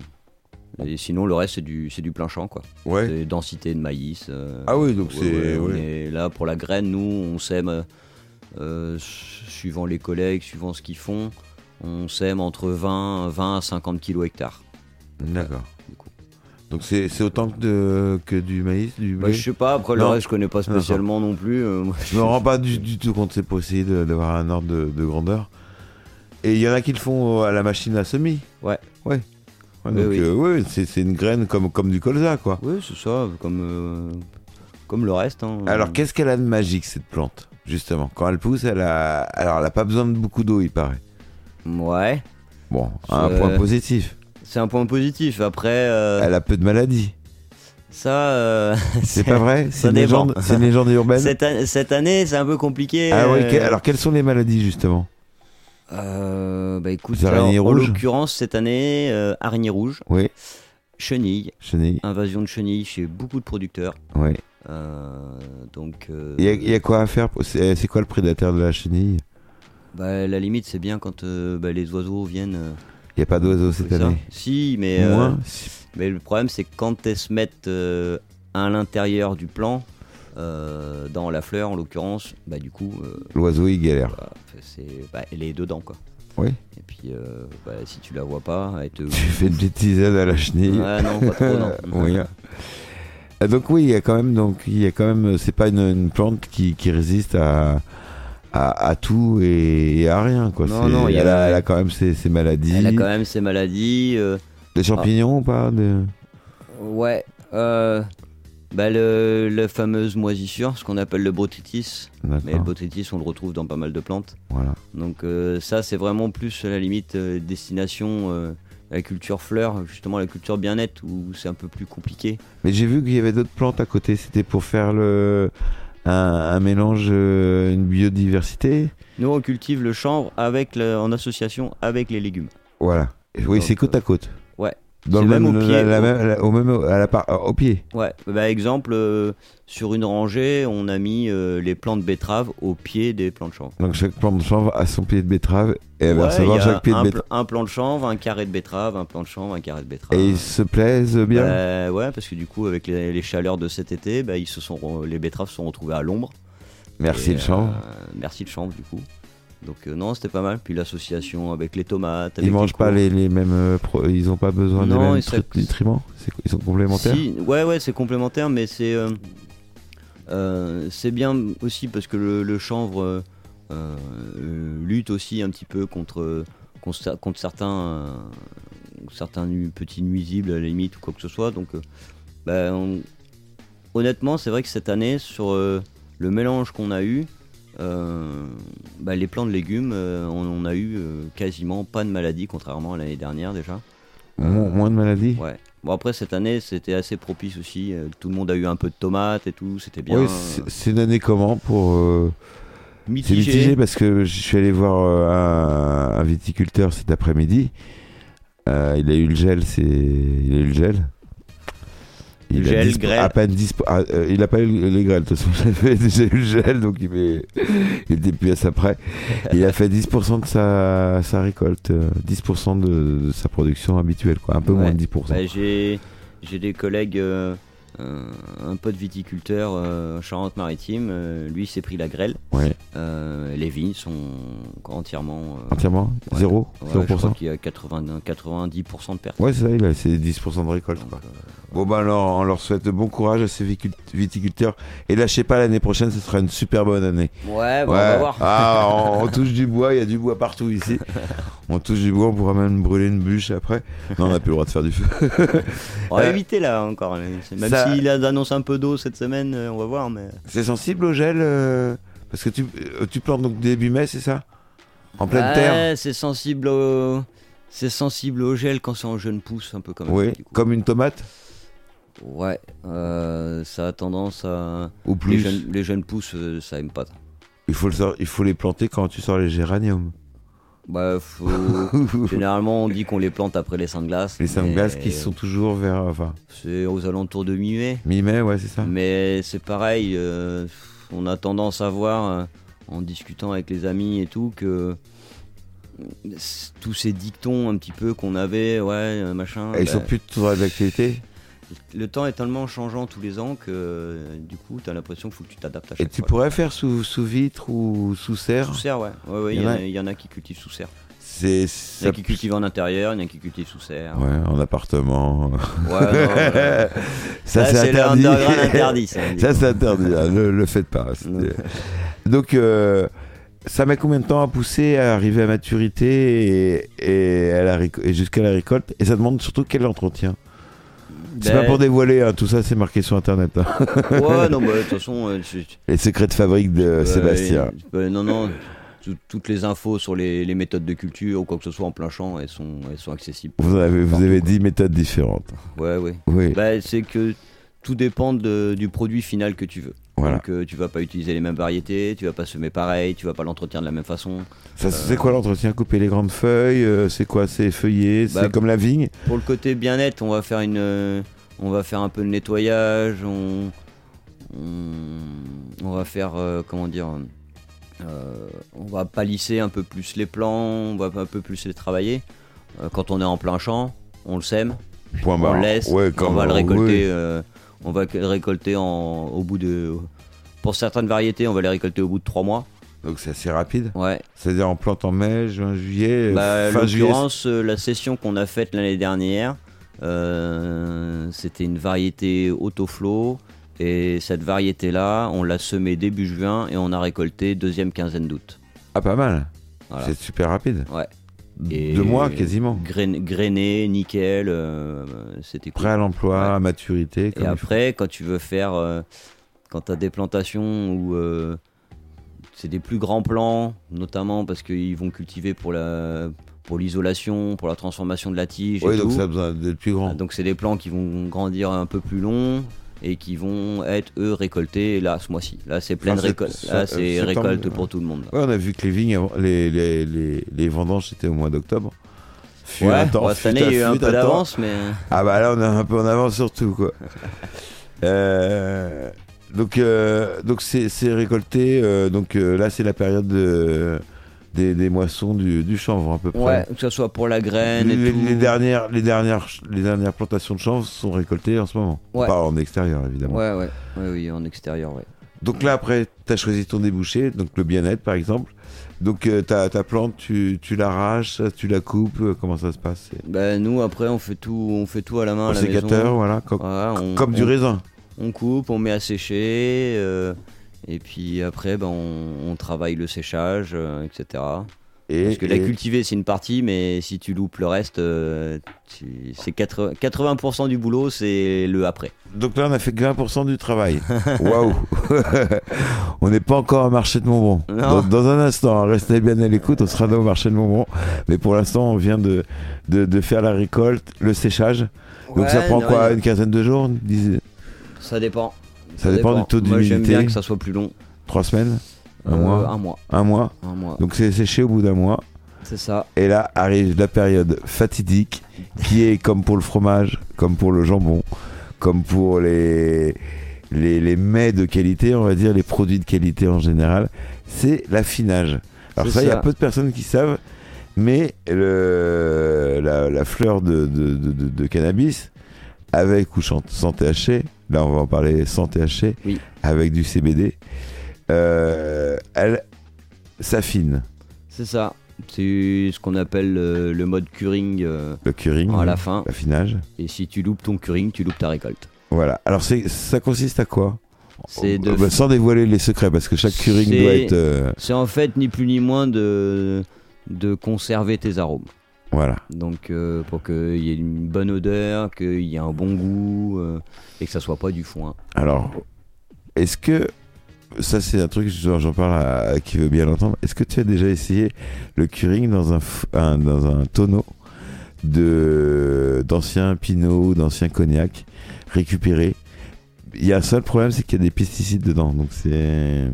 Et sinon, le reste, c'est du, c'est du plein champ, quoi.
Ouais.
C'est densité de maïs. euh,
Ah oui, donc
ouais,
c'est.
ouais, on
ouais.
est là, pour la graine, nous, on sème, euh, euh, su- suivant les collègues, suivant ce qu'ils font, on sème entre 20, 20 à 50 kilos hectares.
D'accord.
Du coup.
Donc c'est c'est autant que, de- que du maïs, du
Bah,
blé
je sais pas, après le
Non.
reste, je connais pas spécialement non plus. euh, moi,
Je me rends pas du, du tout compte, c'est possible de- d'avoir un ordre de, de grandeur. Et il y en a qui le font à la machine à semis.
Ouais.
Ouais. Ouais,
Oui,
donc,
oui.
euh, ouais, c'est c'est une graine comme, comme du colza, quoi.
Oui, c'est ça, comme, euh, comme le reste. hein.
Alors qu'est-ce qu'elle a de magique, cette plante Justement, quand elle pousse, elle a. Alors elle a pas besoin de beaucoup d'eau, il paraît.
Ouais,
Bon, un
Euh,
point positif.
c'est un point positif. Après, euh,
Elle a peu de maladies.
ça. euh,
<laughs> C'est pas
<laughs>
vrai C'est une,
dépend.
légende- c'est une légende urbaine
cette, an- cette année, c'est un peu compliqué.
Ah ouais,
euh,
que- alors quelles sont les maladies justement
euh, bah écoute,
Les araignées
alors, en
rouges
l'occurrence, cette année, euh, araignée rouge,
Oui,
chenille,
chenille.
invasion de chenilles chez beaucoup de producteurs.
Ouais.
Euh, donc, euh,
Il y, a- il y a quoi à faire pour- C'est c'est quoi le prédateur de la chenille
bah, la limite, c'est bien quand euh, bah, les oiseaux viennent. euh,
Il n'y a pas d'oiseaux cette
ça.
année.
Si, mais, euh,
Moins si-
mais le problème, c'est que quand elles se mettent euh, à l'intérieur du plan, euh, dans la fleur en l'occurrence, bah du coup, euh,
l'oiseau il galère.
bah, c'est, bah, elle est dedans quoi.
Oui.
Et puis, euh, bah, si tu la vois pas,
<laughs>
elle
<laughs>
te.
Tu fais une petite tisane à la chenille.
Ouais, non, pas trop, non.
<laughs> Oui. Ah, Donc oui, il y a quand même, donc il y a quand même, c'est pas une, une plante qui, qui résiste à, à, à tout et, et à rien quoi.
Non,
C'est-
non, il y a-
elle, a, elle a quand même ses, ses maladies.
Elle a quand même ses maladies. euh,
Des champignons ou pas de-
Ouais. euh, Bah, le, la fameuse moisissure, ce qu'on appelle le botrytis. Mais le
D'accord.
botrytis, on le retrouve dans pas mal de plantes.
Voilà.
Donc euh, ça, c'est vraiment plus à la limite euh, destination euh, la culture fleur, justement la culture bien-être où c'est un peu plus compliqué.
Mais j'ai vu qu'il y avait d'autres plantes à côté. C'était pour faire le un, un mélange, euh, une biodiversité.
Nous, on cultive le chanvre avec la- en association avec les légumes.
Voilà. Et Oui,
Donc, euh,
c'est côte à côte.
ouais.
Dans
C'est
le même,
même au pied,
la- la
au-
même- la- au même à la par- au pied.
Ouais. Bah, exemple, euh, sur une rangée, on a mis euh, les plantes betteraves au pied des plants de chanvre.
Donc chaque plante de chanvre a son pied de betterave et elle va
Ouais,
recevoir
il y a
chaque pied de
un,
betterave.
pl- un plant de chanvre, un carré de betterave, un plant de chanvre, un carré de betterave.
Et ils se plaisent bien.
Bah, ouais, parce que du coup, avec les, les chaleurs de cet été, bah, ils se sont, re- les betteraves se sont retrouvées à l'ombre.
Merci
Et,
le chanvre.
euh, merci le chanvre, du coup. Donc, euh, non, c'était pas mal. Puis l'association avec les tomates.
Ils mangent pas les, les mêmes. euh, pro- Ils ont pas besoin
Non,
des mêmes
et ça-
tru- nutriments. C'est- Ils sont complémentaires.
Si, ouais, ouais, c'est complémentaire, mais c'est. euh, euh, c'est bien aussi parce que le, le chanvre euh, euh, lutte aussi un petit peu contre, contre, contre certains, euh, certains nu- petits nuisibles à la limite ou quoi que ce soit. Donc, euh, bah, on- honnêtement, c'est vrai que cette année, sur euh, le mélange qu'on a eu, euh, bah, les plants de légumes, euh, on, on a eu euh, quasiment pas de maladie, contrairement à l'année dernière déjà.
Mo- moins de maladies.
Ouais. Bon après cette année c'était assez propice aussi. euh, Tout le monde a eu un peu de tomates et tout, c'était bien.
Oui,
euh,
c'est- c'est une année comment pour. euh, C'est
mitigé.
mitigé parce que je suis allé voir euh, un, un viticulteur cet après-midi. Euh, il a eu le gel, c'est il a eu le gel. Il a
Gel,
10
grêle.
à peine 10 ah, euh, il a pas eu les grêles de toute façon. <laughs> J'avais déjà eu le gel donc il, met- <laughs> il était plus à sa près. Il a fait 10% de sa, sa récolte, euh, 10% de, de sa production habituelle quoi, un peu
Ouais.
moins de 10%.
Bah, j'ai j'ai des collègues, euh, euh, un pote viticulteur euh, en Charente-Maritime, euh, lui s'est pris la grêle.
Ouais.
Euh, les vignes sont entièrement. euh,
Entièrement
ouais.
0
ouais,
0%.
je crois qu'il y a 80 90% de pertes.
Ouais, c'est ça, il a c'est 10% de récolte.
Donc,
Quoi. Bon, bah alors, on leur souhaite bon courage à ces vicu- viticulteurs. Et lâchez pas l'année prochaine, ce sera une super bonne année.
euh, ouais, bah, on
Ouais.
va voir. <laughs>
Ah, on, on touche du bois, il y a du bois partout ici. On touche du bois, on pourra même brûler une bûche après. Non, on n'a plus le droit de faire du feu.
On va
Euh,
éviter là encore. Même
ça-
s'il a- annonce un peu d'eau cette semaine, euh, on va voir. Mais...
<laughs> C'est sensible au gel euh, Parce que tu, euh, tu plantes donc début mai, c'est ça En pleine
Ouais,
terre
C'est sensible au. C'est sensible au gel quand c'est en jeune pousse, un peu comme
Oui, comme une tomate
Ouais, euh, ça a tendance à.
Ou
Les
plus
jeunes, les jeunes pousses, euh, ça aime pas.
il faut, le sor- il faut les planter quand tu sors les géraniums.
Bah,
<laughs>
faut- Généralement, on dit qu'on les plante après les saint-glaces.
les cinq
mais
glaces qui sont toujours vers. Enfin,
C'est aux alentours de mi-mai.
mi-mai, ouais, c'est ça.
Mais c'est pareil, euh, on a tendance à voir, euh, en discutant avec les amis et tout, que euh, c- tous ces dictons un petit peu qu'on avait, ouais, euh, machin.
Et ils
bah,
sont plus toujours d'actualité
Le temps est tellement changeant tous les ans que euh, du coup, t'as l'impression qu'il faut que tu t'adaptes à
Et
chaque
tu
fois.
pourrais faire sous, sous vitre ou sous serre
Sous serre, ouais. Ouais, ouais,
Il y
il y,
en
en
a-
a- il y en a qui cultivent sous serre.
C'est.
Il y en
ça- Ah
a qui cultivent en intérieur, il y en a qui cultivent sous serre.
Ouais, en appartement.
Ouais,
<laughs>
non, euh,
ça,
là,
c'est
le
interdit.
underground interdit, ça.
<laughs> ça, c'est interdit. hein, Ne le faites pas. C'est-
Non.
Donc, euh, ça met combien de temps à pousser, à arriver à maturité et, et à la réco- et jusqu'à la récolte Et ça demande surtout quel entretien. C'est
Ben,
pas pour dévoiler, hein, tout ça, c'est marqué sur internet. hein. <laughs>
Ouais, non, bah, de toute façon, euh, tu- tu-
Les secrets de fabrique de
euh,
Sébastien.
tu peux- non, non. tout- toutes les infos sur les, les méthodes de culture ou quoi que ce soit en plein champ, elles sont, elles sont accessibles.
Vous avez, vous avez 10 méthodes différentes.
Ouais, ouais.
Oui,
Bah, c'est que tout dépend de- du produit final que tu veux.
voilà.
Donc euh, tu vas pas utiliser les mêmes variétés, tu vas pas semer pareil, tu vas pas l'entretenir de la même façon.
Ça, C'est quoi l'entretien Couper les grandes feuilles euh, C'est quoi C'est feuillé C'est
Bah,
comme la vigne
Pour le côté bien-être, on va faire une, euh, on va faire un peu de nettoyage, on, on, on va faire euh, comment dire, euh, on va palisser un peu plus les plants, on va un peu plus les travailler. Euh, quand on est en plein champ, on le sème,
Point barre.
on le laisse,
Ah bah, Ouais, quand
on va le
même,
récolter,
oui.
euh, on va le récolter en, au bout de, pour certaines variétés, on va les récolter au bout de trois mois.
Donc c'est assez rapide.
Ouais.
C'est-à-dire on plante en mai, juin, juillet,
Bah,
fin juillet.
l'occurrence, euh, la session qu'on a faite l'année dernière, euh, c'était une variété autoflow. Et cette variété-là, on l'a semée début juin et on a récolté deuxième quinzaine d'août.
Ah, pas mal.
Voilà.
C'est super rapide.
Ouais. Et
Deux mois, quasiment.
Grain- grainé, nickel, euh, c'était cool.
Prêt à l'emploi,
Ouais.
à maturité. Comme
Et
il
après, quand tu veux faire, euh, quand t'as des plantations où euh, c'est des plus grands plans, notamment parce qu'ils vont cultiver pour la pour l'isolation, pour la transformation de la tige.
faut. Oui,
et
donc
tout.
ça a besoin d'être plus grand.
Ah, Donc c'est des plants qui vont grandir un peu plus longs et qui vont être eux récoltés là ce mois-ci. Là c'est pleine
Enfin, sept-
récolte.
sept-
Là
euh,
c'est
septembre,
récolte
ouais.
pour tout le monde. là.
Ouais, on a vu que les vignes, avant- les, les, les, les vendanges, c'était au mois d'octobre. Fut un temps,
bon, cette
fut
année il y a eu un
fut
peu
temps.
d'avance, mais euh,
Ah bah là, on est un peu en avance surtout,
<laughs>
quoi. Euh, donc, euh, donc c'est c'est récolté. euh, donc euh, là, c'est la période de- des, des moissons du, du chanvre à peu près.
ouais, que ce soit pour la graine
Les,
et
les-
tout.
les dernières, les, dernières, ch- les dernières plantations de chanvre sont récoltées en ce moment. On
Ouais.
parle en extérieur, évidemment.
Ouais, ouais, ouais, oui, en extérieur, ouais.
Donc là, après, tu as choisi ton débouché, donc le bien-être, par exemple. Donc euh, ta, ta plante, tu, tu l'arraches, tu la coupes, euh, comment ça se passe C'est
Ben nous après on fait tout, on fait tout à la
au
main. à la maison.
sécateur, voilà, co-
Voilà, on-
comme du
on-
raisin.
On coupe, on met à sécher, euh, et puis après ben, on, on travaille le séchage, euh, etc.
Et,
Parce que la
et-
cultiver c'est une partie, mais si tu loupes le reste, euh, tu- c'est 80%, 80% du boulot, c'est le après.
Donc là, on a fait que 20% du
<laughs>
travail. Waouh <laughs> On n'est pas encore au marché de Montbron. Dans,
Non.
dans un instant, hein, restez bien à l'écoute, on sera au marché de Montbron. Mais pour l'instant, on vient de, de, de faire la récolte, le séchage. Donc ça
Ouais,
prend
non,
quoi
non.
Une quinzaine de jours dix-
Ça dépend.
Ça dépend du taux
Moi j'aime
d'humidité.
bien que ça soit plus long.
Trois semaines Un
Euh,
mois
Un mois.
Un mois
Un mois.
Donc c'est séché au bout d'un mois.
C'est ça.
Et là arrive la période fatidique qui est comme pour le fromage, comme pour le jambon, comme pour les, les, les mets de qualité, on va dire les produits de qualité en général, c'est l'affinage. Alors
C'est
ça, il y a
ça.
peu de personnes qui savent, mais le, la, la fleur de, de, de- de- de cannabis, avec ou chan- sans THC, là on va en parler sans THC,
Oui.
avec du CBD, euh, elle s'affine,
C'est ça. C'est ce qu'on appelle euh, le mode curing euh,
le curing,
à la fin.
l'affinage.
Et si tu loupes ton curing, tu loupes ta récolte.
Voilà. Alors c'est ça consiste à quoi
C'est de
Euh, bah, Sans dévoiler les secrets, parce que chaque curing
C'est-
doit être euh,
C'est en fait ni plus ni moins de, de conserver tes arômes.
voilà.
Donc euh, pour qu'il y ait une bonne odeur, qu'il y ait un bon goût euh, et que ça soit pas du foin.
Alors, est-ce que ça c'est un truc genre, j'en parle à, à qui veut bien l'entendre. Est-ce que tu as déjà essayé le curing dans un, f- un- dans un tonneau de d'anciens pinots, d'anciens cognacs récupérés Il y a un seul problème, c'est qu'il y a des pesticides dedans. Donc c'est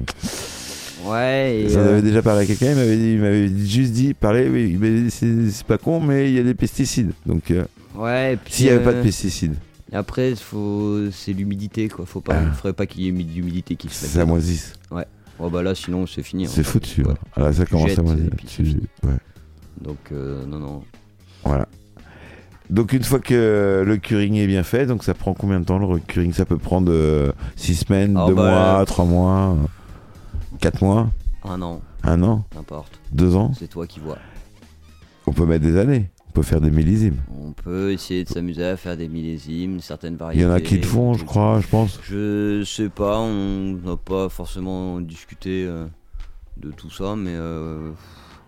Ouais. euh,
J'en avais déjà parlé à quelqu'un, il m'avait dit- il m'avait dit- juste dit, parler, oui, il m'avait dit, c'est c'est pas con, mais il y a des pesticides. Donc, euh,
ouais. et puis,
s'il n'y avait pas de
euh,
pesticides,
Après, faut, c'est l'humidité quoi. Faut pas, faudrait pas qu'il y ait humi- d'humidité qui se mette.
Ah. ça moisisse.
Oh bah là, sinon c'est fini. hein.
C'est foutu.
Ouais.
hein. Ah, ça commence
jettes,
à moisir.
et puis
Tu-
c'est fini.
ouais.
Donc euh, non non.
Voilà. Donc, une fois que le curing est bien fait, donc ça prend combien de temps le curing Ça peut prendre 6 semaines,
Ah,
2
bah,
mois, 3 mois, 4 mois,
Un an,
1 an,
n'importe.
2 ans.
C'est toi qui vois.
On peut mettre des années, on peut faire des millésimes.
On peut essayer de s'amuser à faire des millésimes, certaines
Il
variétés.
y en a qui le font, je
tout.
crois, je pense.
Je sais pas, on n'a pas forcément discuté euh, de tout ça, mais euh,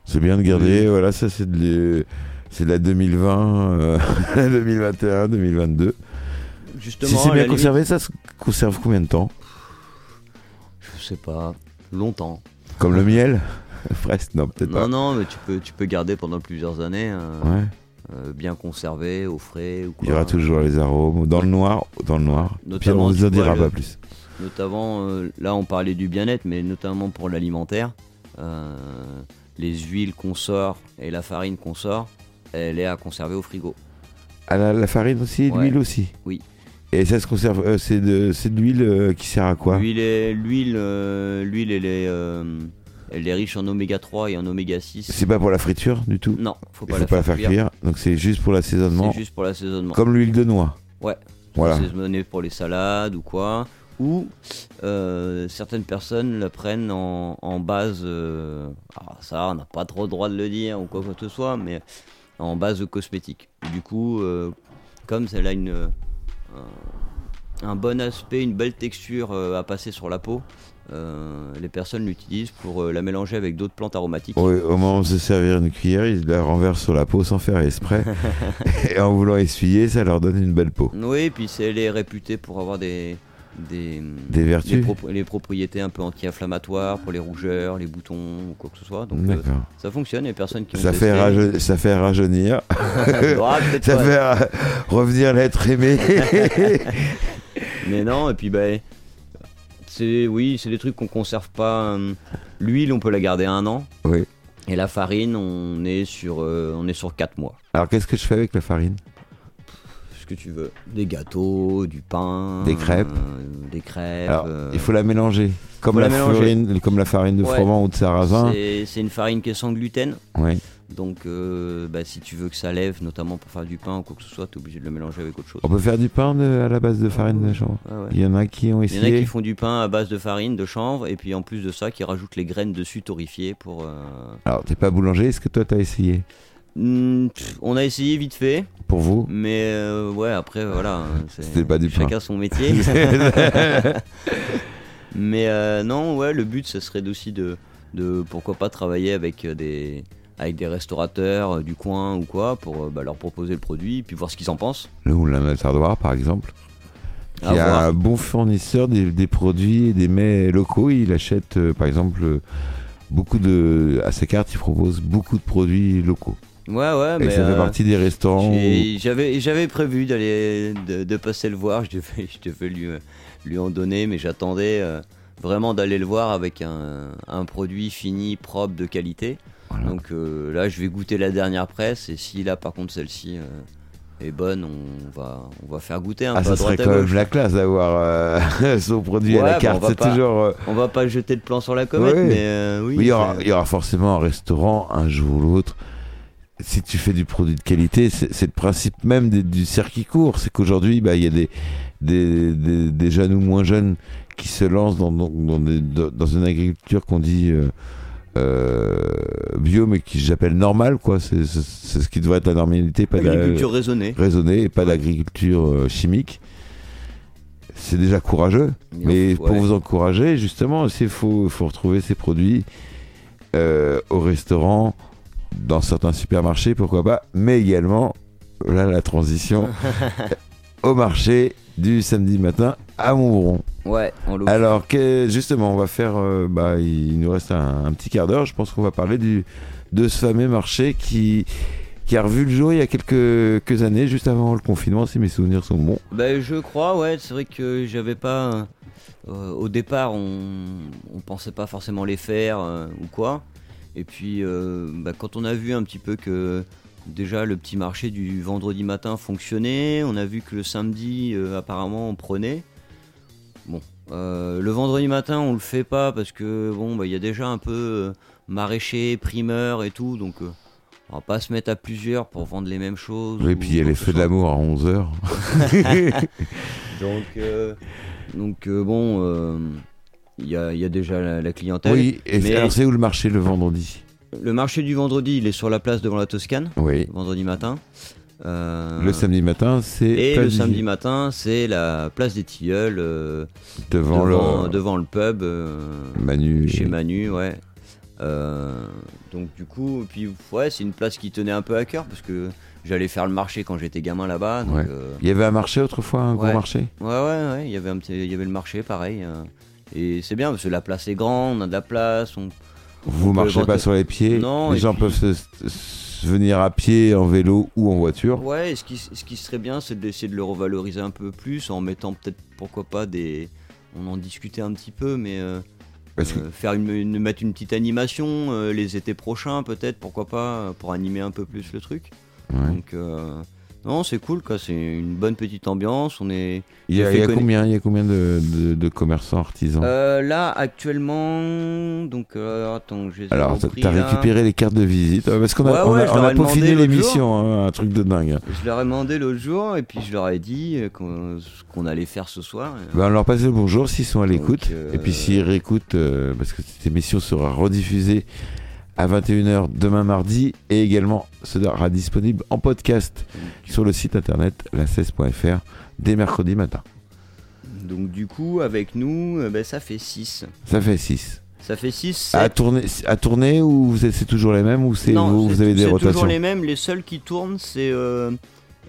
C'est bien de garder, voilà, ça c'est de, les- c'est de la 2020, euh, <laughs> la 2021, 2022.
justement,
Si c'est
à
bien
la
conservé, ça se conserve combien de temps
limite, je sais pas, longtemps.
Comme le
<laughs>
miel Presque, non, peut-être
Non,
pas.
non, mais tu peux, tu peux garder pendant plusieurs années, euh,
Ouais.
euh, bien conservé, au frais ou quoi.
Il y aura toujours les arômes, dans le noir, dans le noir. Puis
Notamment,
on vous en
tu vois,
dira
le-
pas plus.
Notamment, euh, là, on parlait du bien-être, mais notamment pour l'alimentaire, euh, les huiles qu'on sort et la farine qu'on sort, elle est à conserver au frigo.
Ah, la, la farine aussi,
Ouais.
l'huile aussi
Oui.
Et ça se conserve, euh, c'est de, c'est de l'huile euh, qui sert à quoi
L'huile, est- l'huile, euh, l'huile, elle est, euh, elle est riche en oméga 3 et en oméga 6.
C'est pas pour la friture du tout
Non, faut
Il
pas,
faut
la,
pas la
faire cuire.
donc c'est juste pour l'assaisonnement,
C'est juste pour l'assaisonnement.
comme l'huile de noix.
Ouais.
Voilà.
Assaisonner pour les salades ou quoi. Ou euh, certaines personnes la prennent en, en base. euh, ah, ça, on n'a pas trop le droit de le dire ou quoi que ce soit, mais en base cosmétique. Du coup, euh, comme elle a une, euh, un bon aspect, une belle texture euh, à passer sur la peau. Euh, les personnes l'utilisent pour euh, la mélanger avec d'autres plantes aromatiques.
Au, au moment de se servir une cuillère, ils la renversent sur la peau sans faire
<laughs>
exprès. et en voulant essuyer, ça leur donne une belle peau.
Oui, et puis c'est- elle est réputée pour avoir des des,
Des
des
vertus.
pro- les propriétés un peu anti-inflammatoires pour les rougeurs, les boutons ou quoi que ce soit. Donc euh,
D'accord.
ça fonctionne. Les personnes qui ont
Ça
testé-
fait, raje- ça fait rajeunir,
<laughs>
<laughs>
Ah, peut-être
ça
pas.
fait ra- revenir l'être
<laughs>
aimé.
Mais non, et puis ben, c'est oui, c'est des trucs qu'on conserve pas. hum. L'huile, on peut la garder un an.
Oui.
Et la farine, on est sur, euh, on est sur 4 mois.
Alors qu'est-ce que je fais avec la farine
Ce que tu veux. Des gâteaux, du pain.
Des crêpes.
euh, des crêpes.
Alors,
euh,
il faut la mélanger. Comme
faut
la,
la mélanger.
farine, comme la farine de
Ouais.
froment ou de sarrasin.
c'est- C'est une farine qui est sans gluten.
Oui.
Donc, euh, bah, si tu veux que ça lève, notamment pour faire du pain ou quoi que ce soit, t'es obligé de le mélanger avec autre chose.
On peut faire du pain de- à la base de farine de chanvre.
Ouais, ouais.
Il y en a qui ont
Il y en a qui
essayé.
font du pain à base de farine, de chanvre, et puis en plus de ça, qui rajoutent les graines dessus torréfiées pour. euh,
Alors, t'es pas boulanger, est-ce que toi t'as essayé
Hmm, pff, on a essayé vite fait,
Pour vous
mais euh, ouais, après voilà. hein, c'est-
C'était pas du
Chacun son
<laughs>
métier. mais euh, non, ouais, le but, ça serait aussi de, de pourquoi pas travailler avec euh, des avec des restaurateurs euh, du coin ou quoi pour euh, bah, leur proposer le produit, puis voir ce qu'ils en pensent.
Le moulin de Tardoir, par exemple.
À
Il y a
voir.
un bon fournisseur des, des produits et des mets locaux. Il achète, euh, par exemple, euh, beaucoup de. À sa carte, il propose beaucoup de produits locaux.
Ouais, ouais,
et
mais.
ça fait
euh,
partie des restaurants. où-
j'ai- J'avais j'avais prévu d'aller de, de passer le voir. <laughs> Je devais, je devais lui euh, lui en donner, mais j'attendais euh, vraiment d'aller le voir avec un, un produit fini, propre, de qualité.
Voilà.
Donc euh, là, je vais goûter la dernière presse et si là, par contre, celle-ci euh, est bonne, on va on va faire goûter un
Ah,
peu
ça
à
serait
droite à
quand même
gauche.
la classe d'avoir euh, <laughs> son produit à
Ouais,
la
bah,
carte.
on va
C'est
pas-
toujours. euh,
On va pas jeter de plan sur la comète,
Ouais.
mais euh, oui.
oui, il y, aura,
c'est-
il y aura forcément un restaurant un jour ou l'autre. Si tu fais du produit de qualité, c'est c'est le principe même des- du circuit court. C'est qu'aujourd'hui, bah, il y a des, des, des- des jeunes ou moins jeunes qui se lancent dans, dans, dans des- dans- dans une agriculture qu'on dit euh, euh, bio, mais qui j'appelle normale. quoi. C'est c'est- c'est ce qui devrait être la normalité, pas de
une
la-
culture raisonnée.
raisonnée et pas d'agriculture euh, chimique. C'est déjà courageux, mais
ouais.
pour vous encourager, justement, il faut, faut retrouver ces produits euh, au restaurant, dans certains supermarchés, pourquoi pas, mais également, là la transition, au marché du samedi matin à Montbron.
Ouais, en l'occurrence.
Alors que justement, on va faire, euh, bah, il nous reste un, un petit quart d'heure. Je pense qu'on va parler du, de ce fameux marché qui, qui a revu le jour il y a quelques, quelques années, juste avant le confinement, si mes souvenirs sont bons.
Ben, je crois, ouais, c'est vrai que j'avais pas. euh, au départ, on, on pensait pas forcément les faire euh, ou quoi. Et puis, euh, bah, quand on a vu un petit peu que déjà le petit marché du vendredi matin fonctionnait, on a vu que le samedi, euh, apparemment, on prenait. Bon, euh, le vendredi matin, on le fait pas parce que bon, bah, il y a déjà un peu euh, maraîcher, primeur et tout, donc. euh, on va pas se mettre à plusieurs pour vendre les mêmes choses.
Et
ou
puis il y a
quoi
les
que ce
feux de
soit.
l'amour à 11h.
Donc, euh, donc euh, bon, euh, il y, a, il y a déjà la, la clientèle.
Oui, et
Mais-
alors c'est où le marché le vendredi
Le marché du vendredi, il est sur la place devant la Toscane,
Oui.
vendredi matin. Euh,
Le samedi matin, c'est
Et
place
le
du-
samedi matin, c'est la place des Tilleuls, euh,
devant,
devant,
le
devant le pub, euh,
Manu.
chez Manu, ouais. Euh, donc du coup, et puis ouais, c'est une place qui tenait un peu à cœur parce que j'allais faire le marché quand j'étais gamin là-bas. donc,
Ouais.
euh,
Il y avait un marché autrefois, un gros
Ouais.
marché.
Ouais, ouais, ouais, il y avait un petit, il y avait le marché, pareil. euh, et c'est bien parce que la place est grande, on a de la place. On...
Vous
On peut
marchez pas
éventuellement-
sur les pieds.
Non,
les
et
gens
puis-
peuvent se- se venir à pied, en vélo ou en voiture.
Ouais, et ce qui, ce qui serait bien, c'est d'essayer de le revaloriser un peu plus en mettant peut-être, pourquoi pas, des. On en discutait un petit peu, mais euh,
Parce que
euh, faire une, une- mettre une petite animation euh, les étés prochains, peut-être, pourquoi pas, euh, pour animer un peu plus le truc.
Ouais.
Donc, euh, non, c'est cool, quoi. C'est une bonne petite ambiance. On est.
Il y a,
J'ai fait
il y a
conna-
combien, il y a combien de, de- de commerçants artisans
Euh, là, actuellement, donc euh, attends, j'ai hein.
Alors, t'as- t'as récupéré les cartes de visite euh, Parce qu'on a,
Ouais,
on a-
ouais, je
on a
leur ai
peaufiné
demandé l'autre
l'émission, hein, un truc de dingue.
Je leur ai demandé l'autre jour et puis je leur ai dit euh, qu'on ce qu'on allait faire ce soir. Et, euh,
Ben, on leur passe le bonjour s'ils sont à l'écoute.
Donc, euh,
Et puis s'ils réécoutent, euh, parce que cette émission sera rediffusée à 21h demain mardi et également sera disponible en podcast sur le site internet la16.fr dès mercredi matin.
Donc du coup, avec nous, euh, ben, ça fait 6.
Ça fait 6.
Ça fait 6.
À tourner, à tourner ou vous êtes- c'est toujours les mêmes ou Ah, c'est vous, vous avez des
C'est toujours
rotations
les mêmes. Les seuls qui tournent, c'est euh,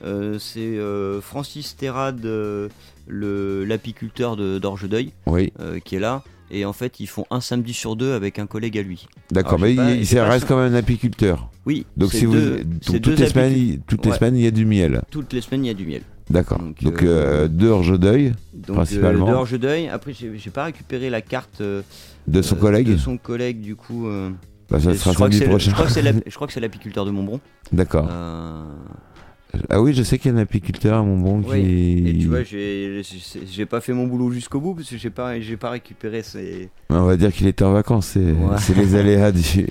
euh, c'est, euh, Francis Terrade, euh, le- l'apiculteur de- d'Orgedeuil,
Oui,
euh, qui est là. Et en fait, ils font un samedi sur deux avec un collègue à lui.
d'accord,
Alors,
mais
j'ai pas-
il, il
j'ai pas
reste
son-
quand même un apiculteur.
Oui.
Donc
c'est
si vous,
deux-
donc
c'est
toutes
deux
les semaines,
apicu-
il- toutes les
Ouais.
semaines, il y a du miel.
toutes les semaines, il y a du miel.
D'accord. Donc,
Donc, euh,
euh, deux orges d'œil
Donc,
Principalement.
euh, de Orgedeuil. Après, j'ai j'ai pas récupéré la carte euh,
de son
euh,
collègue.
De son collègue, du coup. euh,
Bah, ça
et
sera
je crois que
samedi
c'est le-
prochain.
<laughs> je crois que
<laughs>
c'est la- je crois que c'est l'apiculteur de Montbron.
D'accord.
Euh,
Ah oui, je sais qu'il y a un apiculteur à mon bon qui.
Oui, Et tu vois, j'ai j'ai- j'ai pas fait mon boulot jusqu'au bout parce que j'ai pas, j'ai pas récupéré ces.
On va dire qu'il était en vacances. C'est
Ouais.
<laughs> c'est les aléas du.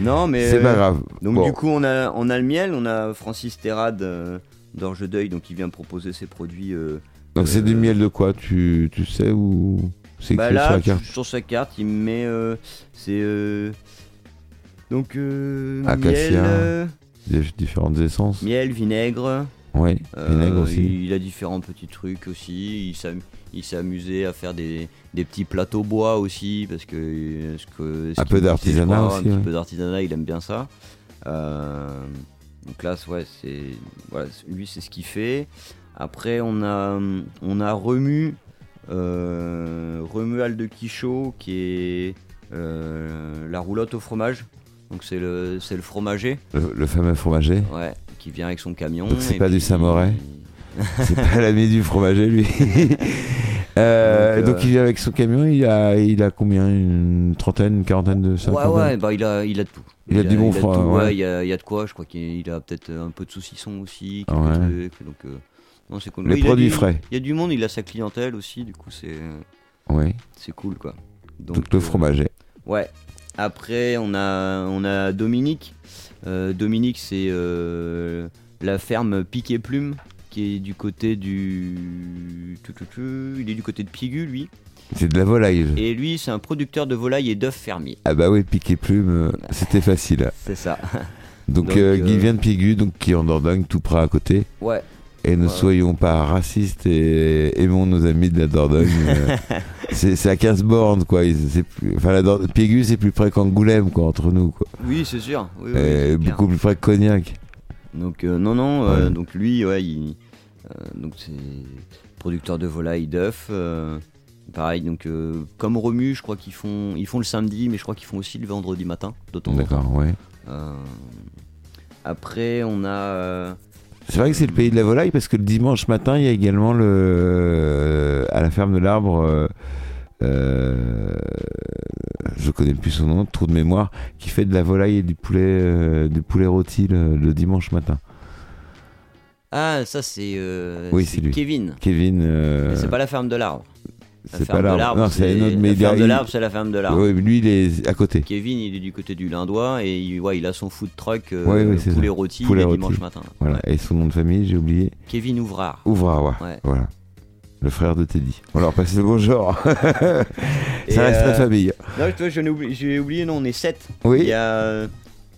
Non, <laughs> mais.
C'est pas
euh,
grave.
Donc,
Bon.
du coup, on a, on a le miel, on a Francis Terrade euh, d'Orgedeuil, donc il vient proposer ses produits. euh,
Donc c'est du
euh,
miel de quoi tu, tu sais ou c'est
bah
écrit
là,
sur la carte
sur sa carte, il met. euh, C'est. euh, donc, euh, miel,
Acacia.
euh,
Il y a différentes essences.
miel, vinaigre.
Oui,
euh,
vinaigre aussi.
Il, il a différents petits trucs aussi. Il s'am- Il s'est amusé à faire des, des petits plateaux bois aussi, parce que. euh, ce que ce
Un
qu'il
peu
me disait,
d'artisanat
je crois,
aussi,
Un
ouais.
petit peu d'artisanat, il aime bien ça. Euh, donc là, c'est- ouais, c'est. Voilà, c'est- lui, c'est ce qu'il fait. Après, on a, hum, on a Remu, euh, Remual de Quichot, qui est euh, la roulotte au fromage. Donc c'est le, c'est le fromager,
Le, le fameux fromager.
ouais, qui vient avec son camion.
Donc c'est
et
pas du
puis-
Saint-Mauré c'est pas l'ami du fromager
<laughs>
lui. Euh,
Donc,
donc,
euh,
il est avec son camion. Il a il a combien une trentaine, une quarantaine de
Ouais,
cinquantaine.
ouais, bah, il, a, il a de tout.
Il a du bon froid,
tout,
ouais.
ouais, Il y, a, il y a de quoi, je crois qu'il a peut-être un peu de saucisson aussi, quelques
Ouais.
trucs. Donc, euh, non, c'est cool.
Les
Ouais, il a
produits
du-
frais.
Il y a du monde, il a sa clientèle aussi, du coup, c'est,
Oui.
c'est cool, quoi. Donc,
Donc le
euh,
fromager.
Ouais. Après, on a, on a Dominique. Euh, Dominique, c'est euh, la ferme Pique et Plume, qui est du côté du. tu, tu, tu, Il est du côté de Pigu, lui.
C'est de la volaille.
Et lui, c'est un producteur de volailles et d'œufs fermiers.
Ah bah oui, piqué plume, euh, c'était facile.
C'est ça.
Donc,
Donc,
euh,
euh,
Guy vient de Pigu, donc qui est en Dordogne, tout près à côté.
Ouais.
Et ne
Ouais.
soyons pas racistes et aimons nos amis de la Dordogne.
<laughs>
euh. c'est c'est à 15 bornes, quoi. Ils- c'est plus- Enfin, la Dor- Pigu, c'est plus près qu'Angoulême, quoi, entre nous, quoi.
Oui, c'est sûr. Oui, oui,
Et
c'est clair.
beaucoup plus près que Cognac.
Donc euh, non, non. euh,
Ouais.
Donc lui, ouais, il, euh, donc c'est producteur de volailles, d'œufs. euh, pareil, donc euh, comme Romu, je crois qu'ils font, ils font le samedi, mais je crois qu'ils font aussi le vendredi matin, d'autant Euh,
D'accord, ouais.
après, on a. euh,
C'est vrai que c'est le pays de la volaille parce que le dimanche matin, il y a également le à la ferme de l'arbre. euh, euh, je connais plus son nom, trou de mémoire, qui fait de la volaille et du poulet, euh, du poulet rôti le, le dimanche matin.
Ah, ça c'est. euh,
Oui, c'est lui.
Kevin.
Kevin, euh,
Mais c'est pas la ferme de l'arbre. La
c'est
ferme
pas
de
l'arbre, non, c'est un autre, mais
La
il y a-
ferme de
il-
l'arbre, c'est la ferme de l'arbre.
Oui, mais lui, il est à côté.
Kevin, il est du côté du Lindois et il, ouais, il a son food truck euh,
Ouais, ouais, c'est
poulet
ça.
rôti
Poulet
le
rôti.
dimanche matin.
Voilà.
Ouais.
Et son nom de famille, j'ai oublié.
Kevin Ouvrard.
Ouvrawa.
Ouais.
Voilà. Le frère de Teddy. On leur passe le
<laughs>
bonjour. Ça
Et,
reste la
euh,
famille.
Non, tu vois, j'en ai oublié- j'ai oublié, non, on est 7. Il
Oui.
y a. euh,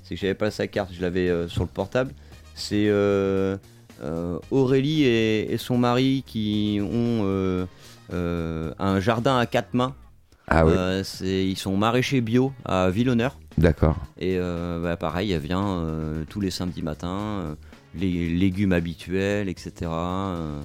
C'est que j'avais pas sa carte, je l'avais euh, sur le portable. C'est euh, euh, Aurélie et, et son mari qui ont euh, euh, un jardin à quatre mains.
Ah oui.
Euh, c'est- ils sont maraîchers bio à Villehonneur.
D'accord.
Et euh, bah, pareil, elle vient euh, tous les samedis matins, euh, les légumes habituels, etc. Euh,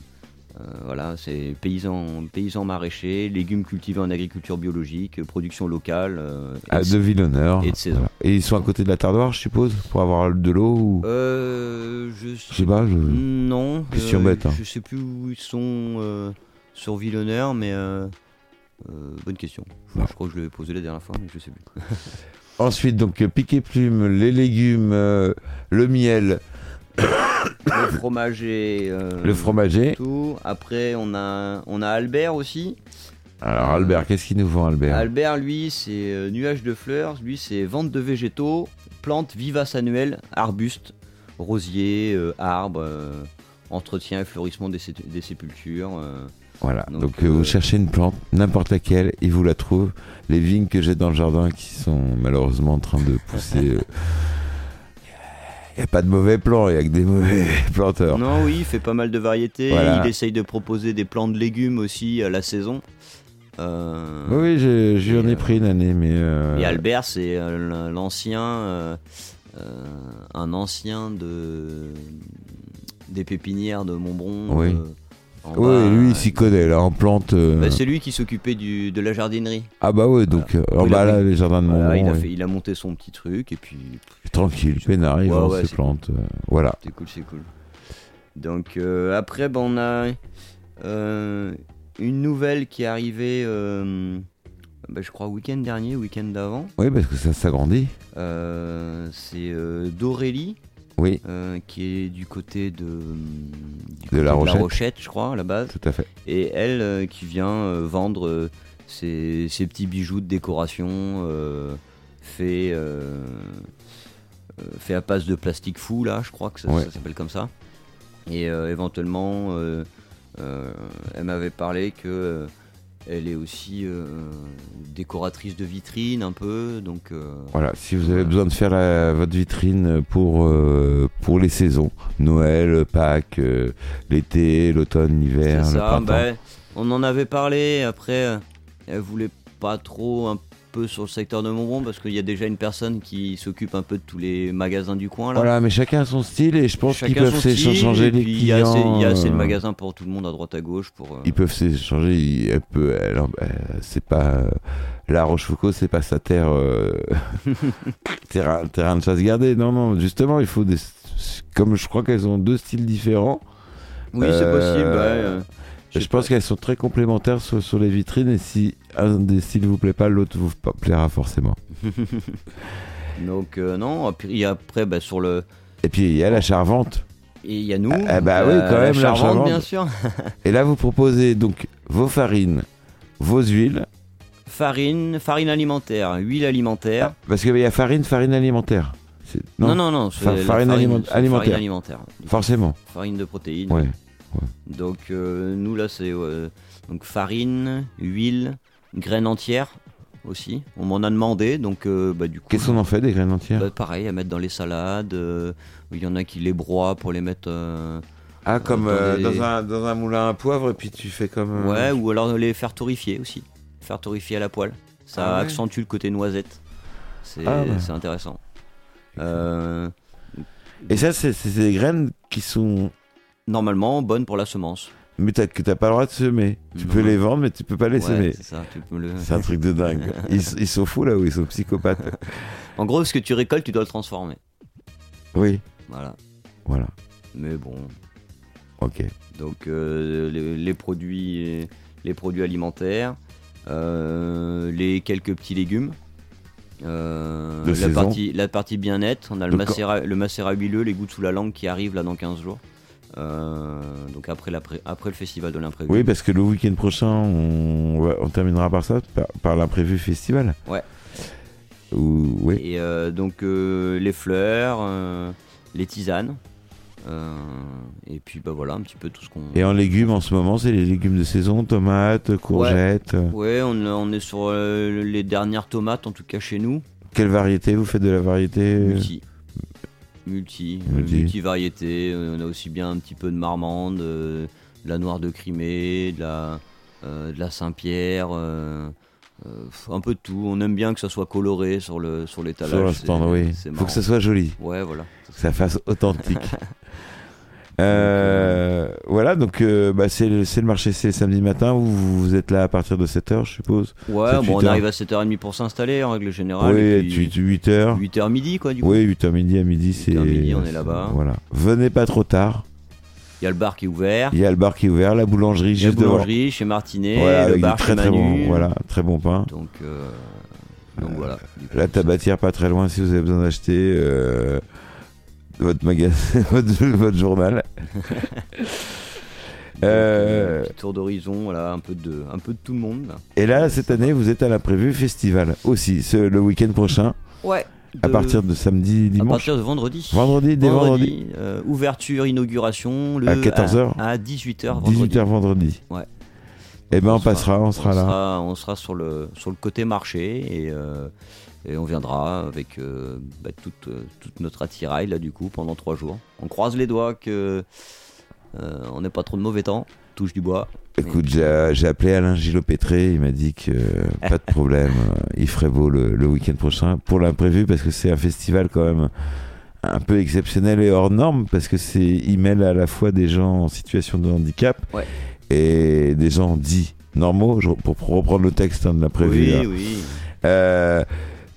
euh, voilà, c'est paysans, paysans maraîchers, légumes cultivés en agriculture biologique, euh, production locale. euh,
Ah,
etc.
de Villehonneur.
et de saison.
Et ils sont à côté de la Tardoire, je suppose, pour avoir de l'eau ou...
Euh, je
Je
sais
sais pas, je...
Non,
Question
euh,
bête, hein.
je sais plus où ils sont euh, sur Villehonneur, mais euh, euh, bonne question. Je,
Non.
je crois que je l'avais posé la dernière fois, mais je sais plus.
Ensuite, donc, euh, piquet plume, les légumes, euh, le miel,
Le fromage et euh,
le fromager.
tout. Après, on a on a Albert aussi.
Alors, Albert, qu'est-ce qu'il nous vend, Albert
Albert, lui, c'est euh, nuage de fleurs. Lui, c'est vente de végétaux, plantes vivaces annuelles, arbustes, rosiers, euh, arbres, euh, entretien et fleurissement des, sé- des sépultures. euh,
Voilà, donc,
donc,
euh, vous
euh,
cherchez une plante, n'importe laquelle, il vous la trouve. Les vignes que j'ai dans le jardin qui sont malheureusement en train de pousser. euh, n'y a pas de mauvais plans, il n'y a que des mauvais <laughs> planteurs.
Non, oui, il fait pas mal de variétés.
Voilà.
Il essaye de proposer des plants de légumes aussi à la saison. Euh,
Oui, j'ai- j'en ai,
Et, euh,
pris une année, mais. euh,
Et Albert, c'est euh, l'ancien, euh, euh, un ancien de des pépinières de Montbron.
Oui.
euh, en
Oui,
bas.
lui, il s'y connaît, là, en plante. euh,
Bah, c'est lui qui s'occupait du- de la jardinerie.
Ah, bah ouais, donc, euh,
Oui,
en
il a
bas, là,
pris-
les jardins de
Voilà, il, a
Montbron.
fait- il a monté son petit truc et puis
ouais. Tranquille, peinard, il
Ouais,
lance
ouais,
ses
c'est-
plantes. euh, Voilà.
C'est cool, c'est cool. Donc euh, après, ben, on a euh, une nouvelle qui est arrivée, euh, bah, je crois, week-end dernier, week-end d'avant.
Oui, parce que ça s'agrandit.
Euh, c'est euh, d'Aurélie,
Oui,
euh, qui est du côté de, du
De La
côté
Rochette.
je crois, à la base.
tout à fait.
Et elle euh, qui vient euh, vendre euh, ses, ses petits bijoux de décoration euh, faits euh, euh, faits à base de plastique fou, là, je crois que ça,
Ouais.
ça s'appelle comme ça. Et euh, éventuellement, euh, euh, elle m'avait parlé que euh, elle est aussi euh, décoratrice de vitrine un peu, donc euh,
Voilà, si vous avez besoin de faire la- votre vitrine pour, euh, pour les saisons, Noël, Pâques, euh, l'été, l'automne, l'hiver,
C'est
hein, le
ça,
printemps.
bah, on en avait parlé, après euh, elle voulait pas trop un peu sur le secteur de Montbron parce qu'il y a déjà une personne qui s'occupe un peu de tous les magasins du coin là.
Voilà, mais chacun a son style et je pense qu'ils
Chacun
peuvent
son style,
s'échanger
et
les
puis Il y a assez,
clients.
il y a assez de
euh,
magasins pour tout le monde à droite à gauche pour. euh,
Ils peuvent s'échanger, il- elle peut, elle, euh, c'est pas, euh, la Rochefoucauld, c'est pas sa terre, euh,
<laughs>
terrain, terrain de chasse gardée, non, non, justement, il faut des, comme je crois qu'elles ont deux styles différents,
Oui, c'est possible.
euh,
ouais, euh, je
je,
sais
pense
pas.
qu'elles sont très complémentaires sur, sur les vitrines et si un des styles vous plaît pas, l'autre vous pa- plaira forcément.
Donc euh, non, puis il y a après bah, sur le
Et puis il y a la charvente,
et il y a nous.
Ah, ah, bah oui, quand même, la
Charvente,
Charvente.
bien sûr.
et là vous proposez donc vos farines, vos huiles,
Farine, farine alimentaire, huile alimentaire.
parce qu'il y a farine, farine alimentaire. C'est-
Ah. non, non, non. c'est
Fa-
la
farine aliment-
c'est
alimentaire.
Farine alimentaire.
Forcément,
Farine de protéines.
ouais.
Donc euh, nous là c'est euh, donc farine, huile, graines entières aussi. On m'en a demandé donc euh, bah du coup.
Qu'est-ce qu'on en fait des graines entières
Bah, pareil, à mettre dans les salades. euh, Il y en a qui les broient pour les mettre. euh,
Ah, comme
Dans
euh,
des-
dans, un, dans un moulin à poivre, et puis tu fais comme. euh,
Ouais, ou alors les faire torréfier aussi. Faire torréfier à la poêle. Ça
Ah ouais.
accentue le côté noisette. C'est
Ah ouais.
c'est intéressant. Euh,
Et ça, c'est c'est des graines qui sont.
normalement, bonne pour la semence.
Mais t'as- que t'as pas le droit de semer. Tu
Mhm.
peux les vendre, mais tu peux pas les
Ouais,
semer.
c'est ça, tu peux le-
C'est un truc de dingue. Ils, ils sont fous là où ils sont psychopathes.
<laughs> En gros, ce que tu récoltes, tu dois le transformer.
Oui,
Voilà.
voilà.
Mais bon,
Ok.
Donc euh, les, les produits, les produits alimentaires, euh, les quelques petits légumes. euh,
De
la,
saison.
partie, la partie bien-être, on a le
Donc,
macérat, le macérat huileux, les gouttes sous la langue qui arrivent là dans 15 jours. Euh, donc après, l'après- après le festival de l'imprévu.
Oui, bah parce que le week-end prochain, on, va- on terminera par ça, par, par l'imprévu festival.
Ouais.
Ou, oui.
Et euh, donc euh, les fleurs, euh, les tisanes. euh, et puis bah voilà un petit peu tout ce qu'on.
Et en légumes, en ce moment, c'est les légumes de saison tomates, courgettes.
Ouais, on, on est sur euh, les dernières tomates en tout cas chez nous.
Quelle variété Vous faites de la variété euh,
Multi. Multi. euh,
Multi.
Multi-variété. Euh, On a aussi bien un petit peu de marmande, euh, de la noire de Crimée, de la, euh, de la Saint-Pierre. euh, euh, pff, un peu de tout. On aime bien que ça soit coloré sur le sur l'étalage.
Sur le
C'est-
stand, oui.
c'est
Faut
marrant.
que ça soit joli.
Ouais, voilà.
que ça fasse <laughs>
<laughs>
authentique. Euh, voilà, donc euh, bah, c'est le, c'est le marché, c'est le samedi matin, vous, vous êtes là à partir de 7h, je suppose.
Ouais, bon, on
8h.
arrive à 7h30 pour s'installer en règle générale. et
oui,
puis
8h.
8h midi, quoi, du coup.
Oui, 8h midi à midi, c'est.
8h midi, on est là-bas.
Voilà. Venez pas trop tard.
Il y a le bar qui est ouvert.
Il y a le bar qui est ouvert, la boulangerie
Il y a la
juste devant.
boulangerie chez Martinet.
Voilà,
le
avec
bar
du très
chez
très
Manu.
bon, voilà, très bon pain.
Donc, euh, donc voilà. Du coup,
La tabatière pas très loin si vous avez besoin d'acheter euh, votre magasin, <laughs> votre, votre journal.
Donc,
Euh,
un petit tour d'horizon, voilà, un peu de, un peu de tout le monde. là.
Et là, cette année, vous êtes à l'imprévu festival aussi, ce- le week-end prochain,
Ouais.
à partir de samedi,
à
dimanche.
partir de vendredi.
Vendredi, dès vendredi,
euh, ouverture, inauguration. Le,
À 14h.
À, 18h. vendredi.
18h vendredi.
Ouais.
Eh ben,
On
on passera, on
on
sera là.
sera- on sera sur le, sur le côté marché et, euh, Et on viendra avec euh, bah, toute, euh, toute notre attirail, là, du coup, pendant trois jours. On croise les doigts que euh, on n'ait pas trop de mauvais temps. Touche du bois.
Écoute, j'ai euh, j'ai appelé Alain Gillot-Pétré, il m'a dit que euh, pas de problème, euh, il ferait beau le, le week-end prochain pour l'imprévu parce que c'est un festival quand même un peu exceptionnel et hors norme parce que c'est il mêle à la fois des gens en situation de handicap
Ouais.
et des gens dits normaux je- pour, pour reprendre le texte hein, de l'imprévu. hein.
Oui, oui.
Euh,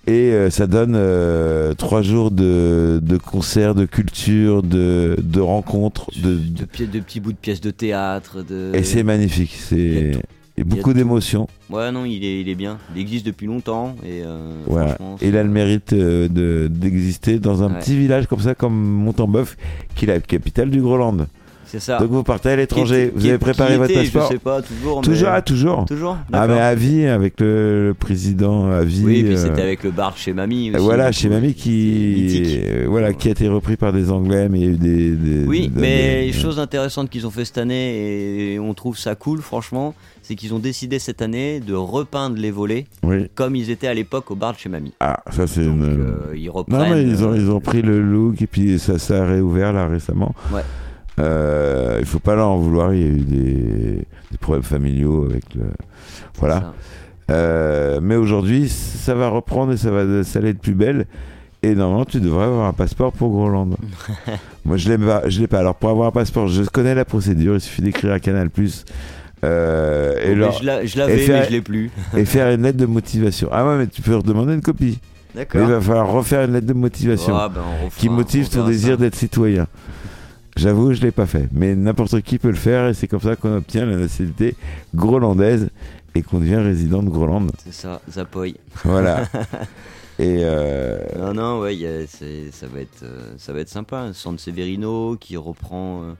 et euh, ça donne euh, trois jours de, de concerts, de culture, de, de rencontres, de,
De, pi- de petits bouts de pièces de théâtre. De...
et c'est magnifique.
Euh, y a
C'est et
y a
beaucoup
tout.
d'émotions.
Ouais, non, il est, il est bien. Il existe depuis longtemps. Et, euh,
Voilà.
franchement,
Et il a le mérite euh, de- d'exister dans un
Ouais.
petit village comme ça, comme Montembeuf, qui est la capitale du Groenland.
c'est ça.
Donc vous partez à l'étranger,
Ah. Qui-
vous
qui-
avez
qui
préparé votre
était,
passeport.
Je sais pas, toujours.
Toujours,
mais- euh,
ah, toujours.
Toujours
Ah mais
D'accord.
à vie avec le, le président à vie.
Oui, et puis c'était
euh,
avec le bar de chez Mamie.
euh,
Aussi,
voilà,
donc,
chez Mamie qui,
mythique.
euh, voilà, qui a été repris par des Anglais, mais il y a eu des. des-
Oui,
des-
mais
des-
chose intéressante qu'ils ont fait cette année et on trouve ça cool, franchement, c'est qu'ils ont décidé cette année de repeindre les volets
Oui.
comme ils étaient à l'époque au bar de chez Mamie.
Ah, ça c'est
Donc,
une.
euh, ils reprennent.
Non, mais ils ont,
euh,
ils ont pris le look et puis ça s'est réouvert là récemment.
Ouais.
Euh, il faut pas leur en vouloir, il y a eu des, des problèmes familiaux avec le. Voilà.
ça. Oh,
Euh, mais aujourd'hui, ça va reprendre et ça va s'aller de plus belle. Et normalement, tu devrais avoir un passeport pour
<laughs>
Groenland. Moi, je l'ai pas. Je l'ai pas. Alors, pour avoir un passeport, je connais la procédure. Il suffit d'écrire à Canal Plus et,
Mais
leur-
je l'a- je l'avais,
et faire-
mais je l'ai plus.
et faire une lettre de motivation. Ah ouais, mais tu peux redemander une copie. Mais il
D'accord.
va falloir refaire une lettre de motivation
Ah, ben, on
qui
refera-
motive
on
ton
verra
désir
ça.
d'être citoyen. J'avoue, je l'ai pas fait, mais n'importe qui peut le faire et c'est comme ça qu'on obtient la nationalité groenlandaise et qu'on devient résident de Groenland.
C'est ça, Zapoy.
<laughs> Voilà. et euh,
Non, non, ouais, il y a- c'est- ça va être, euh, ça va être sympa. San Severino qui reprend euh,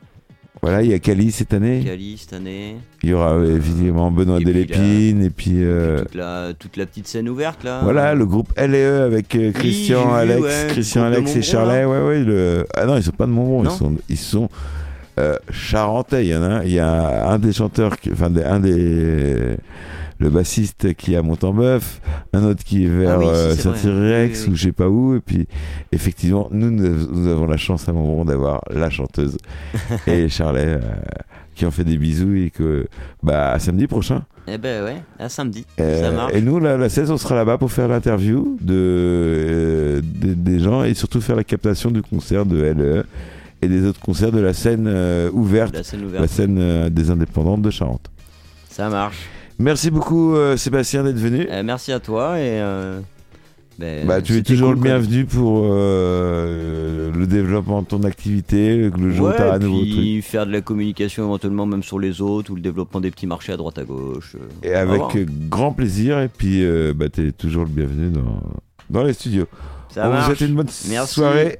voilà, il y a Cali cette année.
Cali cette année.
Il y aura euh, évidemment Benoît
Et puis
Delépine et puis euh,
toute, la, toute la petite scène ouverte là.
voilà le groupe LE avec euh, Christian,
j'ai vu,
Alex,
ouais,
Christian,
le groupe de
Alex et
Montbron,
Charlet. Ouais, ouais, le... Ah non, ils sont pas de Montbron, ils
Non
sont, ils sont euh, charentais. Il y en a, un- il y a un des chanteurs, qui- enfin des- un des le bassiste qui est à Montembeuf, un autre qui est vers
Ah oui, si,
euh,
c'est vrai.
Saint-Irex
Oui, oui, oui.
ou je sais pas où. Et puis effectivement, nous, nous nous avons la chance à Montbron d'avoir la
<laughs>
chanteuse et Charlet. euh, qui ont fait des bisous et que bah à samedi prochain
Eh ben ouais, à samedi. ça
euh,
marche.
et nous, la, la 16, on sera là-bas pour faire l'interview de, euh, des- des gens et surtout faire la captation du concert de LE et des autres concerts de la scène euh, ouverte,
La scène
la
ouverte.
scène euh, des indépendantes de Charente. <laughs>
Ça marche.
Merci beaucoup, euh, Sébastien, d'être venu.
Euh, merci à toi et. euh, ben,
Bah, tu es
c'était
toujours
cool,
le
quoi.
bienvenu pour euh, le développement de ton activité, le, le jour où
Ouais,
tu as un nouveau truc.
puis faire de la communication éventuellement même sur les autres ou le développement des petits marchés à droite à gauche. euh,
Et
on va voir.
avec euh, grand plaisir, et puis euh, bah, tu es toujours le bienvenu dans, dans les studios.
ça
on vous
marche.
souhaite une bonne
Merci.
soirée